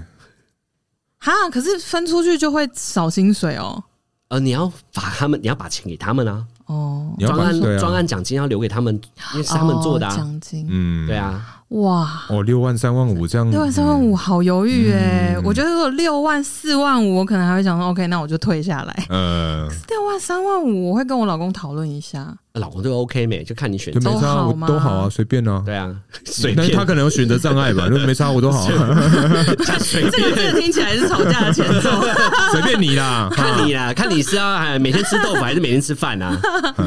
哈！可是分出去就会少薪水哦。
呃，你要把他们，你要把钱给他们啊，
哦，
你要
专
把
案
对
专
啊，
案奖金要留给他们，因为是他们做的
哦
啊，
奖金，
嗯嗯
对。啊，
哇，
哦，六万三万五这样，
六万三万五，好犹豫哎、我觉得如果六万四万五，我可能还会想说，OK，那我就退下来。 [LAUGHS]
呃，
六万三万五，我会跟我老公讨论一下。
老公就 OK 没，就看你选
呃就
择，
没
都
差，
好
我
吗
都好啊，随便啊。
对啊，随
但
便
是他可能有选择障碍吧，就没差，我都好啊，
他随
这个
便
这个听起来是吵架的前奏。
[LAUGHS] 随便你啦。
看你啦，看你是要哎每天吃豆腐还是每天吃饭啊？哎，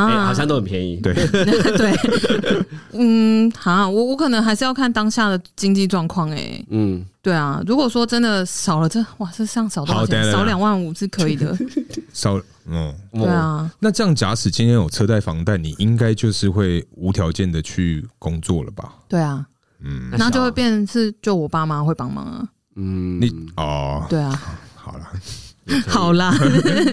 啊，
好像都很便宜，
对，
[LAUGHS] 对，嗯，好，我我可能还是要看当下的经济状况哎。
嗯，
对啊，如果说真的少了这，哇，这上少多少
好等一
钱？
下
少两万五是可
[LAUGHS]
以的。
少嗯。
对
哦
啊，
那这样，假使今天有车贷房贷，你应该就是会无条件的去工作了吧？嗯
对啊，
我，
然后就会
变，
变成是就我爸妈会帮忙啊。
嗯，
你哦，
对啊，
好了，
好啦，
[LAUGHS]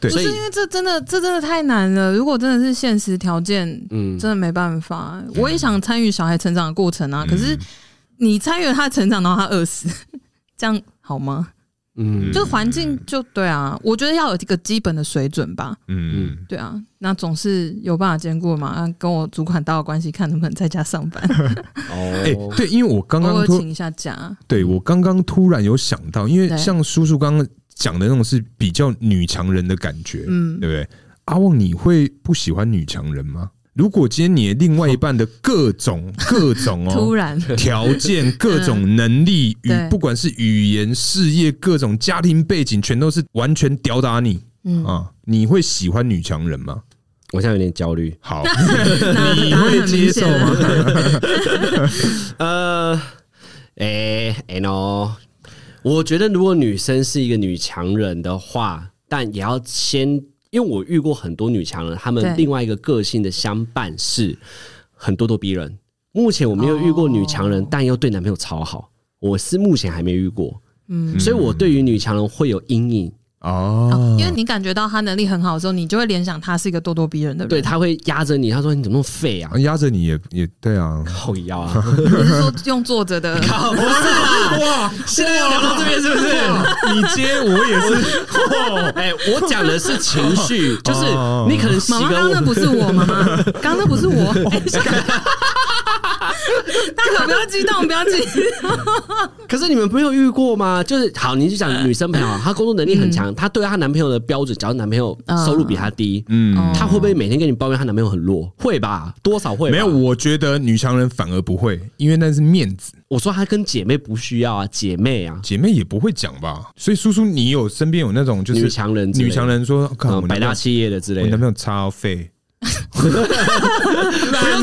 对
不
所以
是因为这真的这真的太难了。如果真的是现实条件，
嗯，
真的没办法。我也想参与小孩成长的过程
嗯
啊，可是你参与了他的成长，然后他饿死， [LAUGHS] 这样好吗？
嗯，
就环境就对啊，我觉得要有一个基本的水准吧。
嗯，嗯
对啊，那总是有办法兼顾嘛。啊、跟我主管打好关系，看能不能在家上班，
哎、
哦，
对，因为我刚
偶
刚
尔
突
请一下假。
对我刚刚突然有想到，因为
对
像叔叔刚刚讲的那种是比较女强人的感觉，
嗯
对不对？阿旺，你会不喜欢女强人吗？如果今天你的另外一半的各种各种
突
哦 [LAUGHS]
然， [LAUGHS]
条件、各种能力与
对
不管是语言、事业、各种家庭背景，全都是完全吊打你
嗯，
啊！你会喜欢女强人吗？
我现在有点焦虑。
[LAUGHS]
好，
那
你
答案
会
很明
接受
显啊了
吗？？
呃，哎、哎 no，我觉得如果女生是一个女强人的话，但也要先，因为我遇过很多女强人，她
对
们另外一个个性的相伴是很咄咄逼人。目前我没有遇过女强人，
哦
但又对男朋友超好，我是目前还没遇过，
嗯，
所以我对于女强人会有阴影，
哦，
因为你感觉到他能力很好的时候，你就会联想他是一个咄咄逼人的人。
对，
[LAUGHS]
她会压着你，她说你怎么那么废啊，
压着你也也对啊，
靠腰啊。
你是说用坐着的？
不是啦，哇！ [LAUGHS] 现在要聊到这边
[LAUGHS]
是不是？
哦
哦
你接我也是，哎，我讲的是情绪， [LAUGHS] 就是
哦
你可能洗
妈妈，刚
个
刚那不是我，妈妈， [LAUGHS] 刚刚那不
[LAUGHS]
是我。哎大可不要激动，不要激动。
[LAUGHS] 可是你们没有遇过吗？就是呃嗯好，你就讲女生朋友，啊她工作能力很强，她对她男朋友的标准，假如男朋友收入比她低，
嗯，
哦
她会不会每天跟你抱怨她男朋友很弱？会吧，多少会吧。
没有，我觉得女强人反而不会，因为那是面子，
我说她跟姐妹不需要啊，姐妹啊，
姐妹也不会讲吧。所以叔叔，你有身边有那种就是
女强人之类的
女强人说，看我
嗯，
男
百
朋友
大企业的之
我
类
男
的。
朋友超废，
不用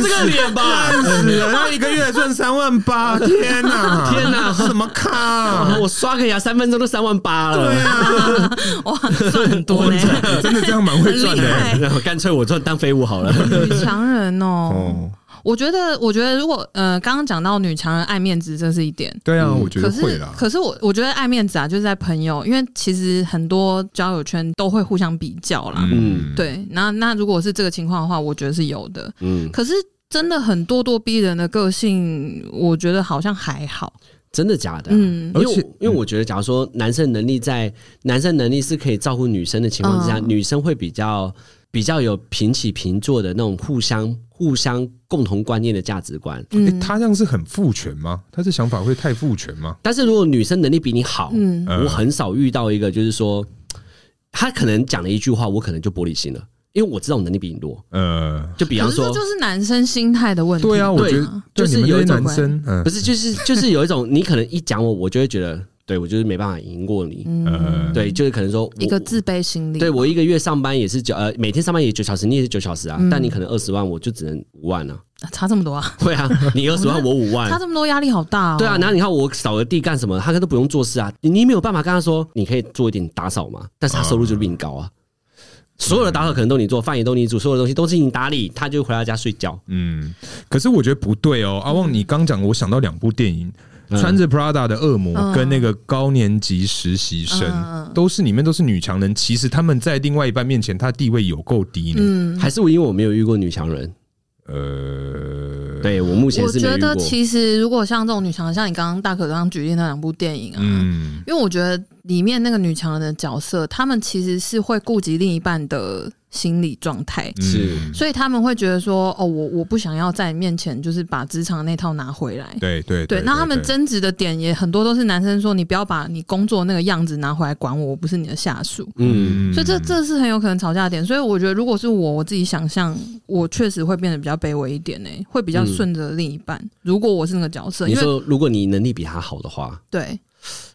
这个脸
[LAUGHS]
吧！
死了，他一个月赚三万八， [LAUGHS] 天哪，
天哪
什么
啊
咖？
我刷个牙三分钟都三万八了。
对啊，
哇，算很多呢，
你 [LAUGHS] 真的这样蛮会赚
很厉
的。
害。
然后 [LAUGHS] 干脆我赚当废物好了。
女强人哦，
哦，
我觉得，我觉得如果呃，刚刚讲到女强人爱面子，这是一点。
对啊，我觉
可
得
是
会啦，。
可是我我觉得爱面子啊，就是在朋友，因为其实很多交友圈都会互相比较啦。
嗯，
对，那那如果是这个情况的话，我觉得是有的。
嗯，
可是真的很咄咄逼人的个性，我觉得好像还好。
真的假的啊、
嗯
因为
而
我
且
因为我觉得，假如说男生能力在男生能力是可以照顾女生的情况之下，
嗯
女生会比较比较有平起平坐的那种互相互相共同观念的价值观。
诶
嗯，
他这样是很父权吗？他这想法会太父权吗？
但是如果女生能力比你好，
嗯
我很少遇到一个就是说，他可能讲了一句话，我可能就玻璃心了，因为我知道我能力比你多。
呃，
就比
可
方
是这
说，
就是男生心态的问题吧。
对啊，我觉得
就
你
是
们这
有
些
一种
男生，嗯
不，是就是就是有一种你可能一讲我，我就会觉得，对我就是没办法赢过你。
呃
嗯，
对，就是可能说我
一个自卑心理。
对我一个月上班也是九呃，每天上班也九小时，你也是九小时啊，
嗯
但你可能二十万，我就只能五万啊。
差这么多啊，
会啊，你二十万，我五
差
万。
这么多压力好大哦。
哎对啊，然后你看我扫个地干什么？他都不用做事啊，你你没有办法跟他说，你可以做一点打扫嘛，但是他收入就比你高啊。所有的打扫可能都你做，饭也都你煮，所有的东西都是你打理，他就回到家睡觉。
嗯，可是我觉得不对哦，阿
嗯
旺，你刚讲，我想到两部电影，
嗯
穿着 Prada 的恶魔
嗯》
跟那个高年级实习
嗯
生
嗯，
都是里面都是女强人，其实他们在另外一半面前，她地位有够低呢。
嗯，
还是因为我没有遇过女强人，
呃，
对我目前
我
是没
觉
遇过嗯
得。其实如果像这种女强人，像你刚刚大可刚刚举例那两部电影啊，
嗯，
因为我觉得里面那个女强人的角色，她们其实是会顾及另一半的心理状态。
嗯
是
所以他们会觉得说，哦，我我不想要在你面前就是把职场那套拿回来。
对对
对，那他们
对
争执的点也很多都是男生说，你不要把你工作那个样子拿回来管我，我不是你的下属。
嗯，
所以这这是很有可能吵架的点。所以我觉得，如果是我我自己想象，我确实会变得比较卑微一点呢、欸会比较顺着另一半。如果我是那个角色，
嗯你
因为
说如果你能力比他好的话，
对，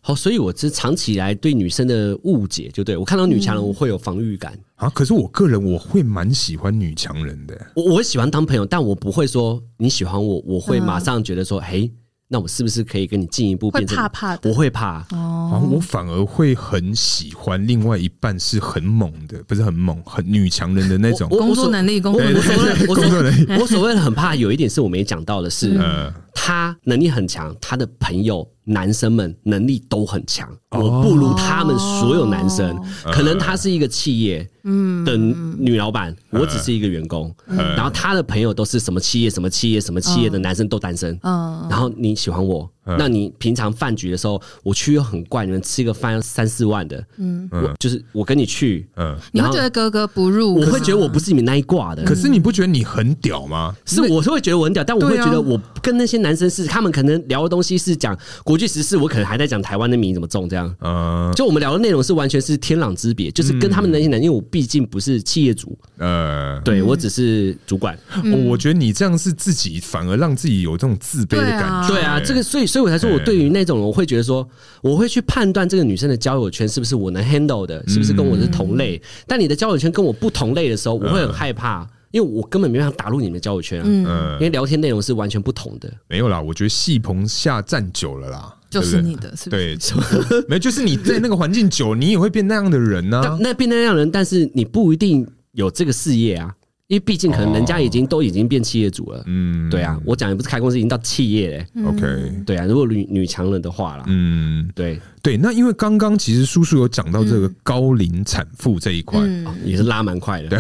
好，所以我这长期以来对女生的误解，就对我看到女
嗯
强人我会有防御感，
啊，可是我个人我会蛮喜欢女强人的，
我我会喜欢当朋友，但我不会说你喜欢我，我会
嗯
马上觉得说，嘿，那我是不是可以跟你进一步
会
变成？
怕怕的
我会怕，
啊，
哦。
我反而会很喜欢另外一半是很猛的，不是很猛，很女强人的那种
我。
工作能力，工
我
作能
我
力
所谓的我
[LAUGHS] 工
所
作
谓
人
[LAUGHS]
员，
我所谓的很怕，有一点是我没讲到的是，
呃，
他能力很强，他的朋友男生们能力都很强，
哦嗯
我不如他们所有男生。可能他是一个企业
嗯
的女老板，我只是一个员工，
嗯
然后他的朋友都是什么企业、什么企业、什么企业的男生都单身。
嗯，
然后你喜欢我，
嗯
那你平常饭局的时候，我去又很怪，你们吃个饭要三四万的，嗯，我就是我跟你去，
嗯，
你
然
会
后
觉得格格不入，
我会觉得我不是你们那一挂的
可，是你不觉得你很屌吗？
是我是会觉得我很屌，但我会
对啊
觉得我跟那些男生是他们可能聊的东西是讲国国际时事，我可能还在讲台湾的米怎么种这样。
呃
就我们聊的内容是完全是天壤之别，就是跟他们那些人，因为我毕竟不是企业主，
呃，
对我只是主管。
哦
嗯
我觉得你这样是自己反而让自己有这种自卑的感觉。
对啊，这个所以所以我才说，我对于那种我会觉得说，我会去判断这个女生的交友圈是不是我能 handle 的，是不是跟我是同类。但你的交友圈跟我不同类的时候，我会很害怕，因为我根本没办法打入你们的交友圈啊，因为聊天内容是完全不同的。
没有啦，我觉得戏棚下站久了啦，
就是你
的。
的，是不是？
对，没有，就是你在那个环境久，你也会变那样的人啊呢、
[LAUGHS]
但
嗯
那变得那样人，但是你不一定有这个事业啊，因为毕竟可能人家已经都已经变企业主了。
嗯，
对啊，我讲也不是开公司，已经到企业嘞、
，OK，
对啊，如果女女强人的话啦，
嗯，
对，
对。那因为刚刚其实叔叔有讲到这个高龄产妇这一块，
嗯，
也是拉蛮快的。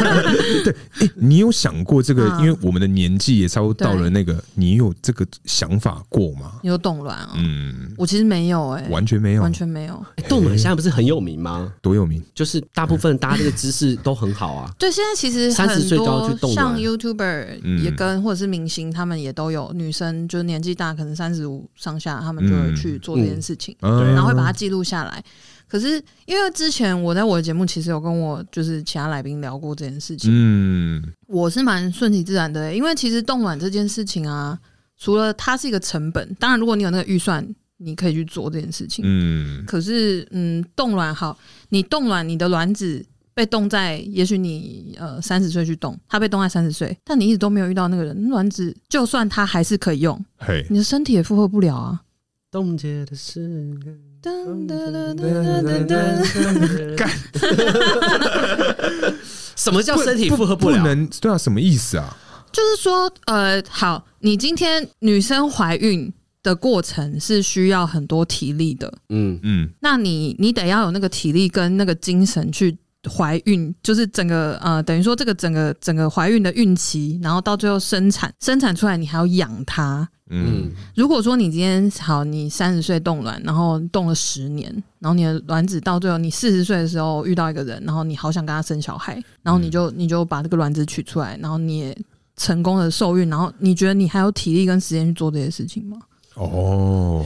诶你有想过这个？
嗯
因为我们的年纪也差不多到了那个，你有这个想法过吗？
你有动乱啊？
嗯，
我其实没有，哎，
完全没有，
完全没有。。
欸动暖现在不是很有名吗？
多有名
就是大部分大家这个姿势都很好啊
对，现在其实
30
很
岁都要
多
去动
像
了
YouTuber
嗯
也跟、或者是明星，他们也都有女生，就是年纪大，可能三十五上下，他们就
嗯
会去做这件事情，
嗯对
然后会把它记录下来。可是因为之前我在我的节目其实有跟我就是其他来宾聊过这件事情，
嗯
我是蛮顺其自然的、欸因为其实冻卵这件事情啊，除了它是一个成本，当然如果你有那个预算，你可以去做这件事情。
嗯
可是，嗯，冻卵好，你冻卵，你的卵子被冻在，也许你呃三十岁去冻，它被冻在三十岁，但你一直都没有遇到那个人，卵子就算它还是可以用，
嘿，
你的身体也负荷不了啊。
冻结的是
噔噔噔噔噔噔，
干，什么叫身体负荷不
不
了？
能对啊，什么意思啊？
就是说，呃，好，你今天女生怀孕的过程是需要很多体力的，
嗯，
嗯
那你你得要有那个体力跟那个精神去怀孕，就是整个呃，等于说这个整个整个怀孕的孕期，然后到最后生产，生产出来你还要养它。
嗯
如果说你今天好，你三十岁冻卵，然后冻了十年，然后你的卵子到最后你四十岁的时候遇到一个人，然后你好想跟他生小孩，然后你就你就把这个卵子取出来，然后你也成功的受孕，然后你觉得你还有体力跟时间去做这些事情吗？
哦，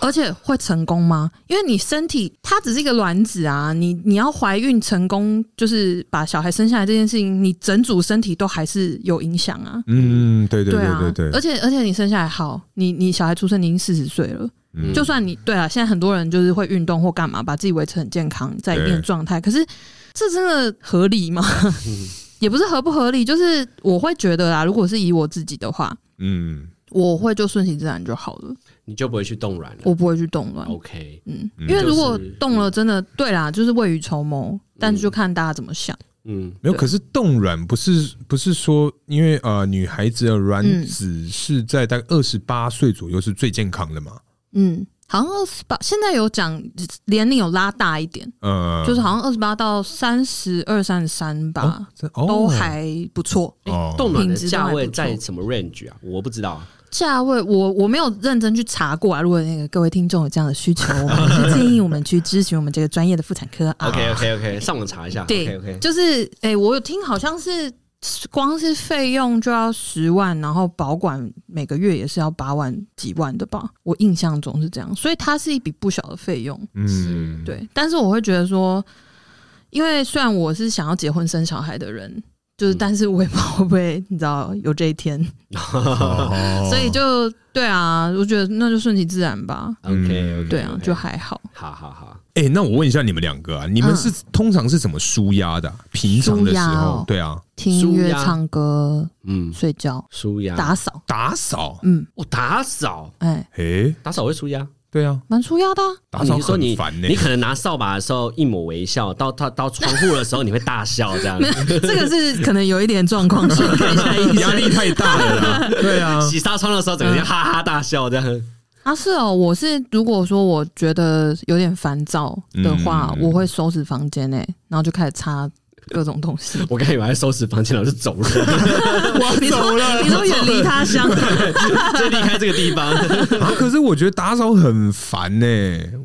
而且会成功吗？因为你身体它只是一个卵子啊，你你要怀孕成功，就是把小孩生下来这件事情，你整组身体都还是有影响啊。
嗯，对对对对
啊，
对，
而且而且你生下来好，你你小孩出生你已经四十岁了，
嗯
就算你对啊，现在很多人就是会运动或干嘛，把自己维持很健康，在一定的状态，可是这真的合理吗？
嗯
[LAUGHS] 也不是合不合理，就是我会觉得啊，如果是以我自己的话，
嗯
我会就顺其自然就好了，
你就不会去冻卵了。
我不会去动乱。
OK，
嗯，
嗯
因为如果
就是
动了，真的对啦，就是未雨绸缪，但是就看大家怎么想。
嗯，
没有，
对
可是冻卵不是不是说，因为呃，女孩子的卵
嗯
子是在大概二十八岁左右是最健康的嘛？
嗯，好像二十八，现在有讲年龄有拉大一点，
呃，
就是好像二十八到三十二、三十三
哦
吧，
这哦
都还不错。
哦
哎冻卵的
品质都
价
还
位
不错
在什么 range 啊？我不知道啊。
价位我我没有认真去查过啊，如果那个各位听众有这样的需求，我们还是建议我们去咨询我们这个专业的妇产科啊。
OK OK OK，上网查
[LAUGHS]
一下。
对
OK，
就是哎、诶我有听好像是光是费用就要十万，然后保管每个月也是要八万几万的吧，我印象中是这样，所以它是一笔不小的费用。
嗯，
对，但是我会觉得说，因为虽然我是想要结婚生小孩的人。就是，但是我也不知道会不会，你知道有这一天，
哦
所以就对啊，我觉得那就顺其自然吧。
OK
嗯
OK，
对啊，就还好。
好好好。
[LAUGHS] 哎、那我问一下你们两个啊，你们是、通常是怎么舒压
[LAUGHS]
的啊、平常的时
舒压
候
哦，
对啊，
听音乐、
舒压
唱歌、
嗯，
睡觉、
舒压。
打扫，
打扫，
嗯，
我打扫，
哎、
哎、
打扫会舒压。
对啊，
蛮舒压的啊、
打扫
你说
很
你
烦呢、
你可能拿扫把的时候一抹微笑，到到到窗户的时候你 [LAUGHS] 会大笑这样。
[LAUGHS] 这个是可能有一点状况，去
[LAUGHS]
看一下医
压力
生
太大了啦，
[LAUGHS]
对啊，
洗纱窗的时候，整个人
嗯
哈哈大笑这样。。
啊。是哦，我是如果说我觉得有点烦躁的话，
嗯
我会收拾房间诶、然后就开始擦各种东 [LAUGHS] 西
我刚以为在收拾房间，然后就走
[LAUGHS]
了，
你说你说远离他 [LAUGHS] 乡，
就离开这个地方。
啊，可是我觉得打扫很烦呢、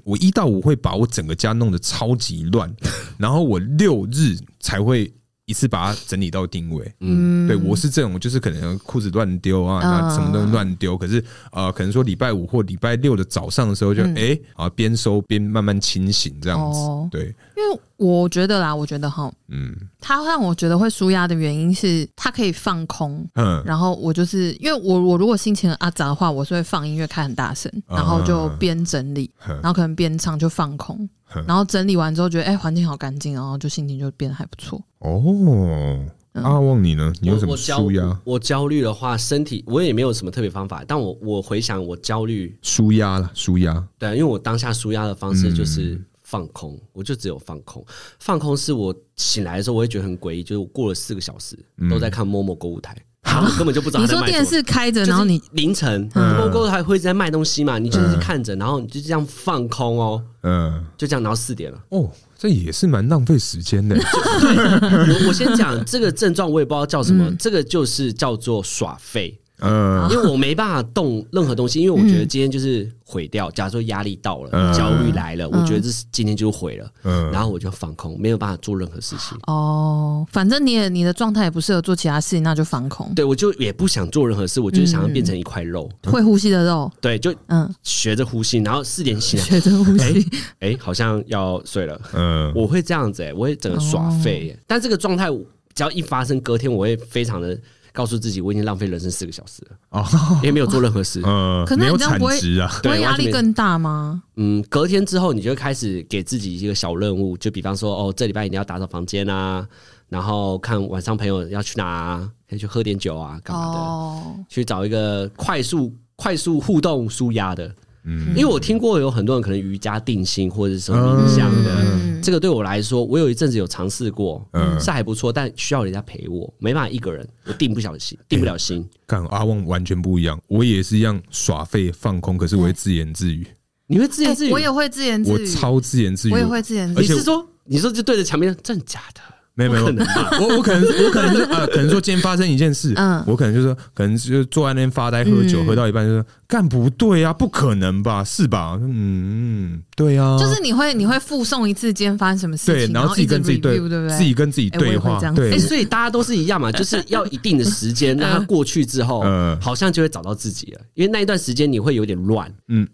我一
[LAUGHS]
到五会把我整个家弄得超级乱，然后我六日才会一一次把它整理到定位。
嗯，
对我是这种，就是可能裤子乱丢啊，
嗯
那什么东西乱丢。可是呃，可能说礼拜五或礼拜六的早上的时候就，哎啊，边收边慢慢清醒这样子
嗯哦。
对，
因为我觉得啦，我觉得哈，
嗯
它让我觉得会舒压的原因是它可以放空。
嗯
然后我就是因为我我如果心情很阿杂的话，我是会放音乐开很大声，
啊
然后就边整理，
哼
然后可能边唱就放空
哼，
然后整理完之后觉得哎环境好干净，然后就心情就变得还不错。嗯
哦，阿旺你 [LAUGHS] 呢？你有什么舒压？
我焦虑的话，身体我也没有什么特别方法，但我我回想我焦虑，
舒压啦，舒压。
对，啊因为我当下舒压的方式就是放空，我就只有放空。放空是我醒来的时候，我会觉得很诡异，就是我过了四个小时都在看 Momo 购物台，我根本就不知道
你
他在
说
卖什
电
么。
视开着，
就是
然后你
凌晨，Momo 购物台会一直在卖东西嘛？你就是看着，然后你就这样放空哦，
嗯，
就这样，然后四点了。
哦，这也是蛮浪费时间 [LAUGHS] 的。
我我先讲这个症状，我也不知道叫什么，这个就是叫做耍废。
嗯
因为我没办法动任何东西，因为我觉得今天就是毁掉。假如说压力到了，焦虑来了，我觉得这是今天就毁了，
嗯，
然后我就放空，没有办法做任何事情。
哦，反正你也你的状态也不适合做其他事情，那就放空。
对，我就也不想做任何事，我就是想要变成一块肉。
嗯
会呼吸的肉，
对，就
嗯，
学着呼吸，然后四点醒来，
学着呼
哎
吸。
哎、好像要睡了。
嗯，哦
我会这样子、欸，我会整个耍废、欸。但这个状态只要一发生，隔天我会非常的告诉自己，我已经浪费人生四个小时了，
哦，
因为没有做任何事。
嗯，
可
没
那
有
你这样
产
不会
值啊。
不会
对
压
完全没
力更大吗？
嗯，隔天之后你就会开始给自己一个小任务，就比方说，哦，这礼拜一定要打扫房间啊，然后看晚上朋友要去哪、啊，可以去喝点酒啊，干嘛的，
哦，
去找一个快速快速互动舒压的。嗯，因为我听过有很多人可能瑜伽定心或者是什么冥想的，
嗯
这个对我来说，我有一阵子有尝试过，
嗯
是还不错，但需要人家陪我，没办法一个人，我定不小心，
哎
定不了心。
看阿旺完全不一样，我也是一样耍废放空，可是我会自言自语，
你会自言自语，
哎我也会自言自
我
语，
超自言自语
我。也会自言自
你
语。
是说你说就对着墙边，真的假的？
没有没有，
不可
没有我我可能我可能就呃，可能说今天发生一件事，
嗯
我可能就说可能就坐在那边发呆喝酒，
嗯
喝到一半就说干不对啊，不可能吧，是吧？嗯，对啊，
就是你会你会附送一次今天发生什么事
对，
情，
然后自己
一直
跟自己
review，
对
对，不对？
自己跟自己
哎我也
对
会
话
这，样
对
哎、，所以大家都是一
[LAUGHS]
样嘛，就是要一定的时间让它过去之后，
嗯
好像就会找到自己了。因为那一段时间你会有点乱，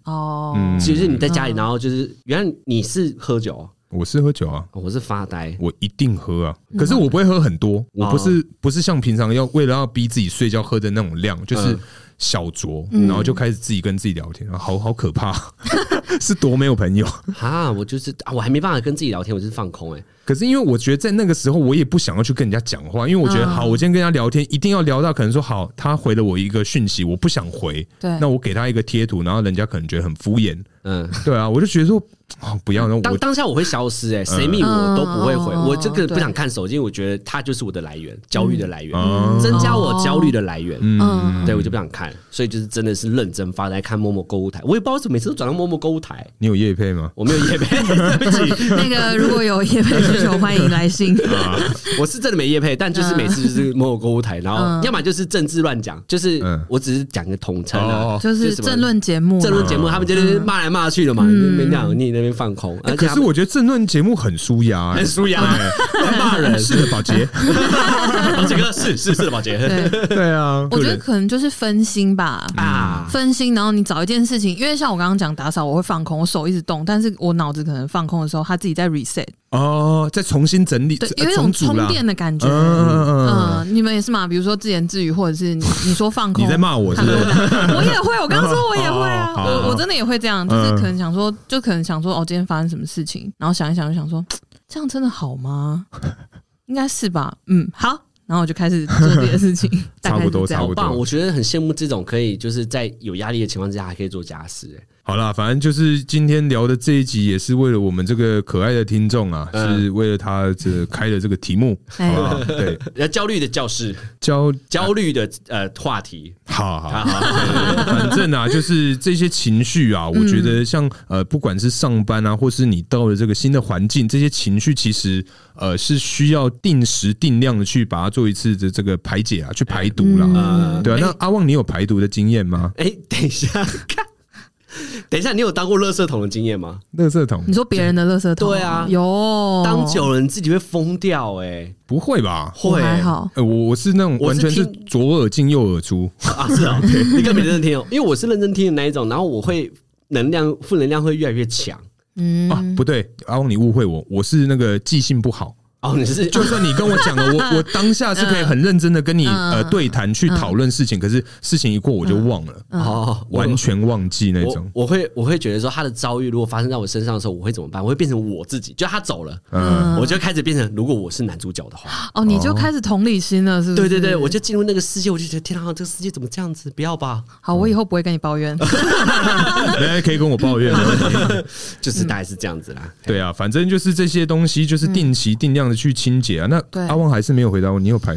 哦，
嗯
就是你在家里，
嗯
然后就是原来你是喝酒，哦
我是喝酒啊，
我是发呆。
我一定喝啊，
嗯
可是我不会喝很
嗯
多，我不
哦
是不是像平常要为了要逼自己睡觉喝的那种
嗯
量，就是小酌，
嗯
然后就开始自己跟自己聊天，好好可怕， [LAUGHS] 是多没有朋友。
啊，我就是啊，我还没办法跟自己聊天，我就是放空哎、
可是因为我觉得在那个时候，我也不想要去跟人家讲话，因为我觉得
嗯
好，我今天跟他聊天，一定要聊到可能说好，他回了我一个讯息，我不想回，
对
那我给他一个贴图，然后人家可能觉得很敷
[LAUGHS]
衍，
嗯，
对啊，我就觉得说哦，不要，那
当
我
当下我会消失哎、谁密我都不会回，
嗯
我这个不
对
想看手机，因为我觉得它就是我的来源，焦虑的来源，
嗯
增加我焦虑的来源。
嗯，
对，我就不想看，所以就是真的是认真发呆看陌陌购物台，我也不知道为什么每次都转到陌陌购物台，
你有叶配吗？
我没有夜配， [LAUGHS] 对不起，
那个如果有业配需求，欢迎
[LAUGHS]
来信。
我是真的没夜配，但
嗯
就是每次就是某某购物台，然后要么就是政治乱讲，就是
嗯
我只是讲个统称啊，
哦
就是
什么
政论节目，
政论节目他们
嗯
就是骂来骂去的嘛，你那边讲你那边放空，而且
可
他
是
们
我觉得政论节目很舒
[LAUGHS]
压、欸
很，舒压，很哎骂人， [LAUGHS]
是的，宝洁。
这个是是是的，宝洁
[LAUGHS]
对，
对 [LAUGHS] 啊，
我觉得可能就是分心吧。
[LAUGHS]
嗯
啊，
分心，然后你找一件事情，因为像我刚刚讲打扫，我会放空，我手一直动，但是我脑子可能放空的时候，它自己在 reset，
哦，再重新整理，
对，
呃
有一种
重组
充
啦
电的感觉。
嗯嗯嗯，
嗯，你们也是嘛？比如说自言自语，或者是你你说放
[LAUGHS]
空，
你在骂我是不是？
[LAUGHS] 我也会，我刚刚说我也会
哦，
啊
[LAUGHS] 好嗯好
我我真的也会这样，就是可能想说，就可能想说，哦，今天发生什么事情，然后想一想，就想说，嘖这样真的好吗？ [LAUGHS] 应该是吧，嗯，好，然后我就开始做这件
[LAUGHS]
事情，大概
差不
是
多
这
差不
样
好。棒！啊
多
我觉得很羡慕这种可以就是在有压力的情况之下还可以做家事，哎
好啦，反正就是今天聊的这一集，也是为了我们这个可爱的听众啊，
嗯
是为了他这开的这个题目，好
哎
不好？对，
[LAUGHS]
呃，焦虑的教 [LAUGHS] 室，
教
焦虑的呃话题，
好好
好。好，
反正啊， [LAUGHS] 就是这些情绪啊，我
嗯
觉得像呃，不管是上班啊，或是你到了这个新的环境，这些情绪其实呃是需要定时定量的去把它做一次的这个排解啊，去排毒啦。啊
嗯
对啊，那阿旺，你有排毒的经验吗？
哎，等一下，看 [LAUGHS] 等一下，你有当过垃圾桶的经验吗？
垃圾桶
你说别人的垃圾桶，
对啊
有
当久了你自己会疯掉哎、欸，
不会吧？
我
会
还好，
呃，我我是那种
哦我
完
是
全是
听
左耳进右耳出，
啊，是啊， [LAUGHS] 你根本认真听哦，因为我是认真听的那一种，然后我会能量负能量会越来越强
嗯，
啊， [LAUGHS] 不对，阿翁你误会我，我是那个记性不好。
哦，你是
就算你跟我讲了，
[LAUGHS]
我我当下是可以很认真的跟你
嗯
呃对谈去讨论事情，可是事情一过我就忘了，
嗯
哦，我
完全忘记那
我
种。
我会我会觉得说他的遭遇如果发生在我身上的时候，我会怎么办？我会变成我自己，就他走了，
嗯，
我就开始变成如果我是男主角的话，
哦，你就开始同理心了，是不是？
对对对，我就进入那个世界，我就觉得天啊，这个世界怎么这样子？不要吧，
好，我以后不会跟你抱怨。 [LAUGHS]
大家哎可以跟我抱怨。没
[LAUGHS]
问题
嗯
就是大概是这样子啦。
对啊，反正就是这些东西，就是定期定量的去清洁啊。那
对
阿旺还是没有回答我，你有排？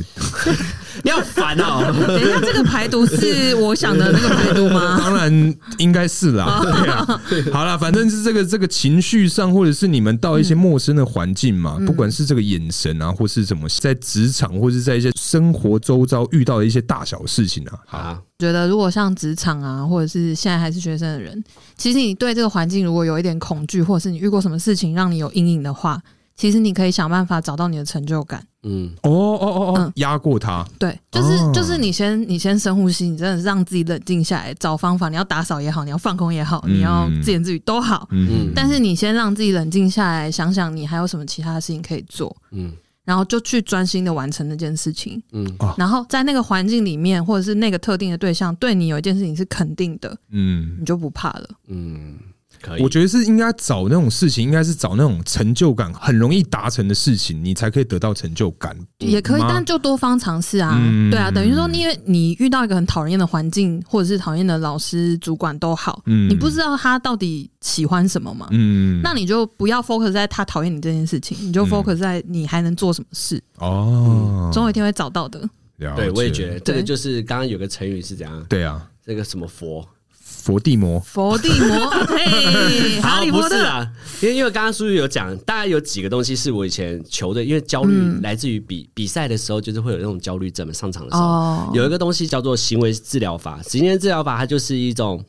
你好烦哦，
等一下，这个排毒是我想的那个排毒吗？
当然应该是
[LAUGHS]
啦，对啊。好啦，反正是这个这个情绪上，或者是你们到一些陌生的环境嘛，
嗯
不管是这个眼神啊，或是什么，在职场或是在一些生活周遭遇到的一些大小事情啊， [LAUGHS] 好，
啊，
觉得如果像职场啊，或者是现在还是学生的人，其实你对这个环境如果有一点恐惧，或者是你遇过什么事情让你有阴影的话，其实你可以想办法找到你的成就感。
嗯，
哦哦哦哦
嗯，
压过他，
对，就是、
哦
就是你先你先深呼吸，你真的让自己冷静下来，找方法。你要打扫也好，你要放空也好，
嗯
你要自言自语都好，
嗯
嗯，
但是你先让自己冷静下来，想想你还有什么其他的事情可以做，
嗯
然后就去专心的完成那件事情。
嗯
哦
然后在那个环境里面，或者是那个特定的对象对你有一件事情是肯定的，
嗯。
你就不怕了。
嗯，可以，
我觉得是应该找那种事情，应该是找那种成就感很容易达成的事情，你才可以得到成就感。
也可以，
吗
但就多方尝试啊，
嗯
对啊，等于说你，因为你遇到一个很讨厌的环境，或者是讨厌的老师、主管都好，
嗯
你不知道他到底喜欢什么嘛，
嗯，
那你就不要 focus 在他讨厌你这件事情，你就
嗯
focus 在你还能做什么事，
哦，
总有一天会找到的。
了
对，我也
解
觉得这个就是刚刚有个成语是怎样，
对啊，
这个什么佛。
佛地魔，
佛地
[LAUGHS]
魔，嘿，哈
好，
利
不
波
是
特，
啊，因为因为刚刚叔叔有讲，大概有几个东西是我以前球队，因为焦
嗯
虑来自于比、比赛的时候，就是会有那种焦虑症嘛，上场的
啊
时候、
哦
有一个东西叫做行为治疗法。行为治疗法它就是一种，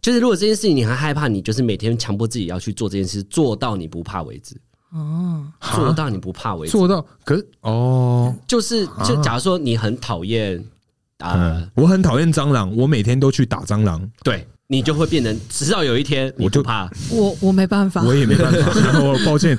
就是如果这件事情你很害怕，你就是每天强迫自己要去做这件事，做到你不怕为止，
哦，
做到你不怕为止。
做到，可是哦，
就是就假如说你很讨厌啊，
嗯，我很讨厌蟑螂，我每天都去打蟑螂，
对你就会变成，直到有一天你
我就
不怕，
我我没办法，
我也没办法， [LAUGHS] 然后抱歉。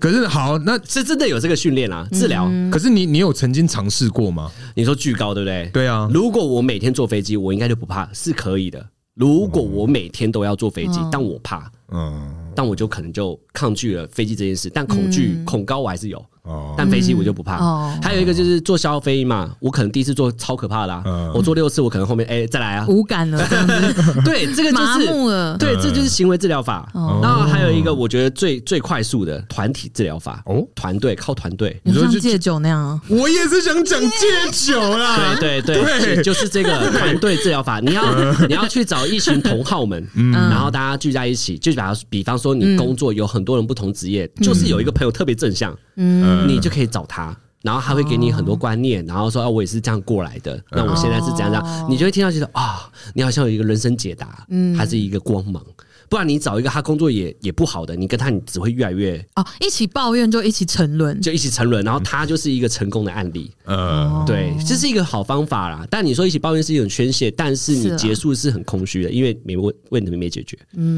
可是好，那
是真的有这个训练啊，
嗯
治疗。
可是你你有曾经尝试过吗？
你说巨高对不对？
对啊
如果我每天坐飞机，我应该就不怕，是可以的。如果我每天都要坐飞
哦
机，
嗯
但我怕，
嗯，
但我就可能就抗拒了飞机这件事。但恐惧、
嗯
恐高我还是有，
哦，
但飞机我就不怕。
哦
还有一个就是坐消飞嘛，我可能第一次坐超可怕的、啊，
嗯
我坐六次，我可能后面哎、再来啊。
无感了，这
[LAUGHS]
样子
对，这个就
麻
是
木了。
对，这就是行为治疗法。
哦
然后还有一个我觉得最最快速的团体治疗法，
哦
团队靠团队。
你
你说
像
就
戒酒那样啊，
我也是想讲戒酒啦，
对对对，
啊对
就就是这
[LAUGHS]
个团队治疗法，你要你要去找一群同好们，
嗯
然后大家聚在一起，就把比方说你工作有很多人不同职业，就是有一个朋友特别正向，
嗯哦
你就可以找他。然后他会给你很多观念，然后说啊，我也是这样过来的，那我现在是怎样怎
哦
样，你就会听到觉得啊，你好像有一个人生解答，
嗯
还是一个光芒。不然你找一个他工作也也不好的，你跟他你只会越来越
哦，一起抱怨就一起沉沦，
就一起沉沦，然后他就是一个成功的案例。
哦
呃，
对，这是一个好方法啦。但你说一起抱怨是一种宣泄，但是
是
你
啊
结束是很空虚的，因为没问问题没解决。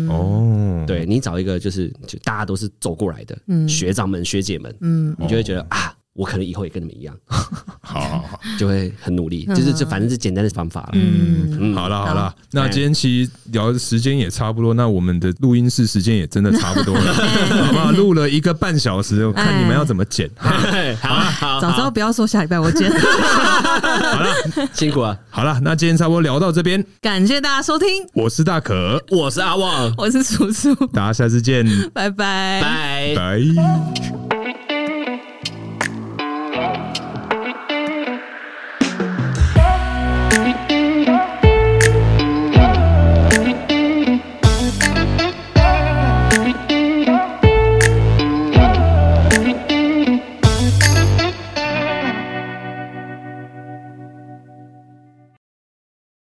哦，
对你找一个就是就大家都是走过来的、学长们、学姐们，
嗯，
你就会觉得、啊，我可能以后也跟你们一样，
好好好。
就会很努力。就是这反正是简单的方法啦。
嗯，
嗯
好了好了，那今天其实聊的时间也差不多，那我们的录音室时间也真的差不多了，好不好？录了一个半小时，我看你们要怎么剪。
[LAUGHS] 好啊好啊，
早知道不要说下礼拜我见。
辛苦啊了，
好了，那今天差不多聊到这边，
[LAUGHS] 感谢大家收听，
我是大可，
我是阿旺，
我是叔叔，
大家下次见，
哎拜拜，
拜。
拜。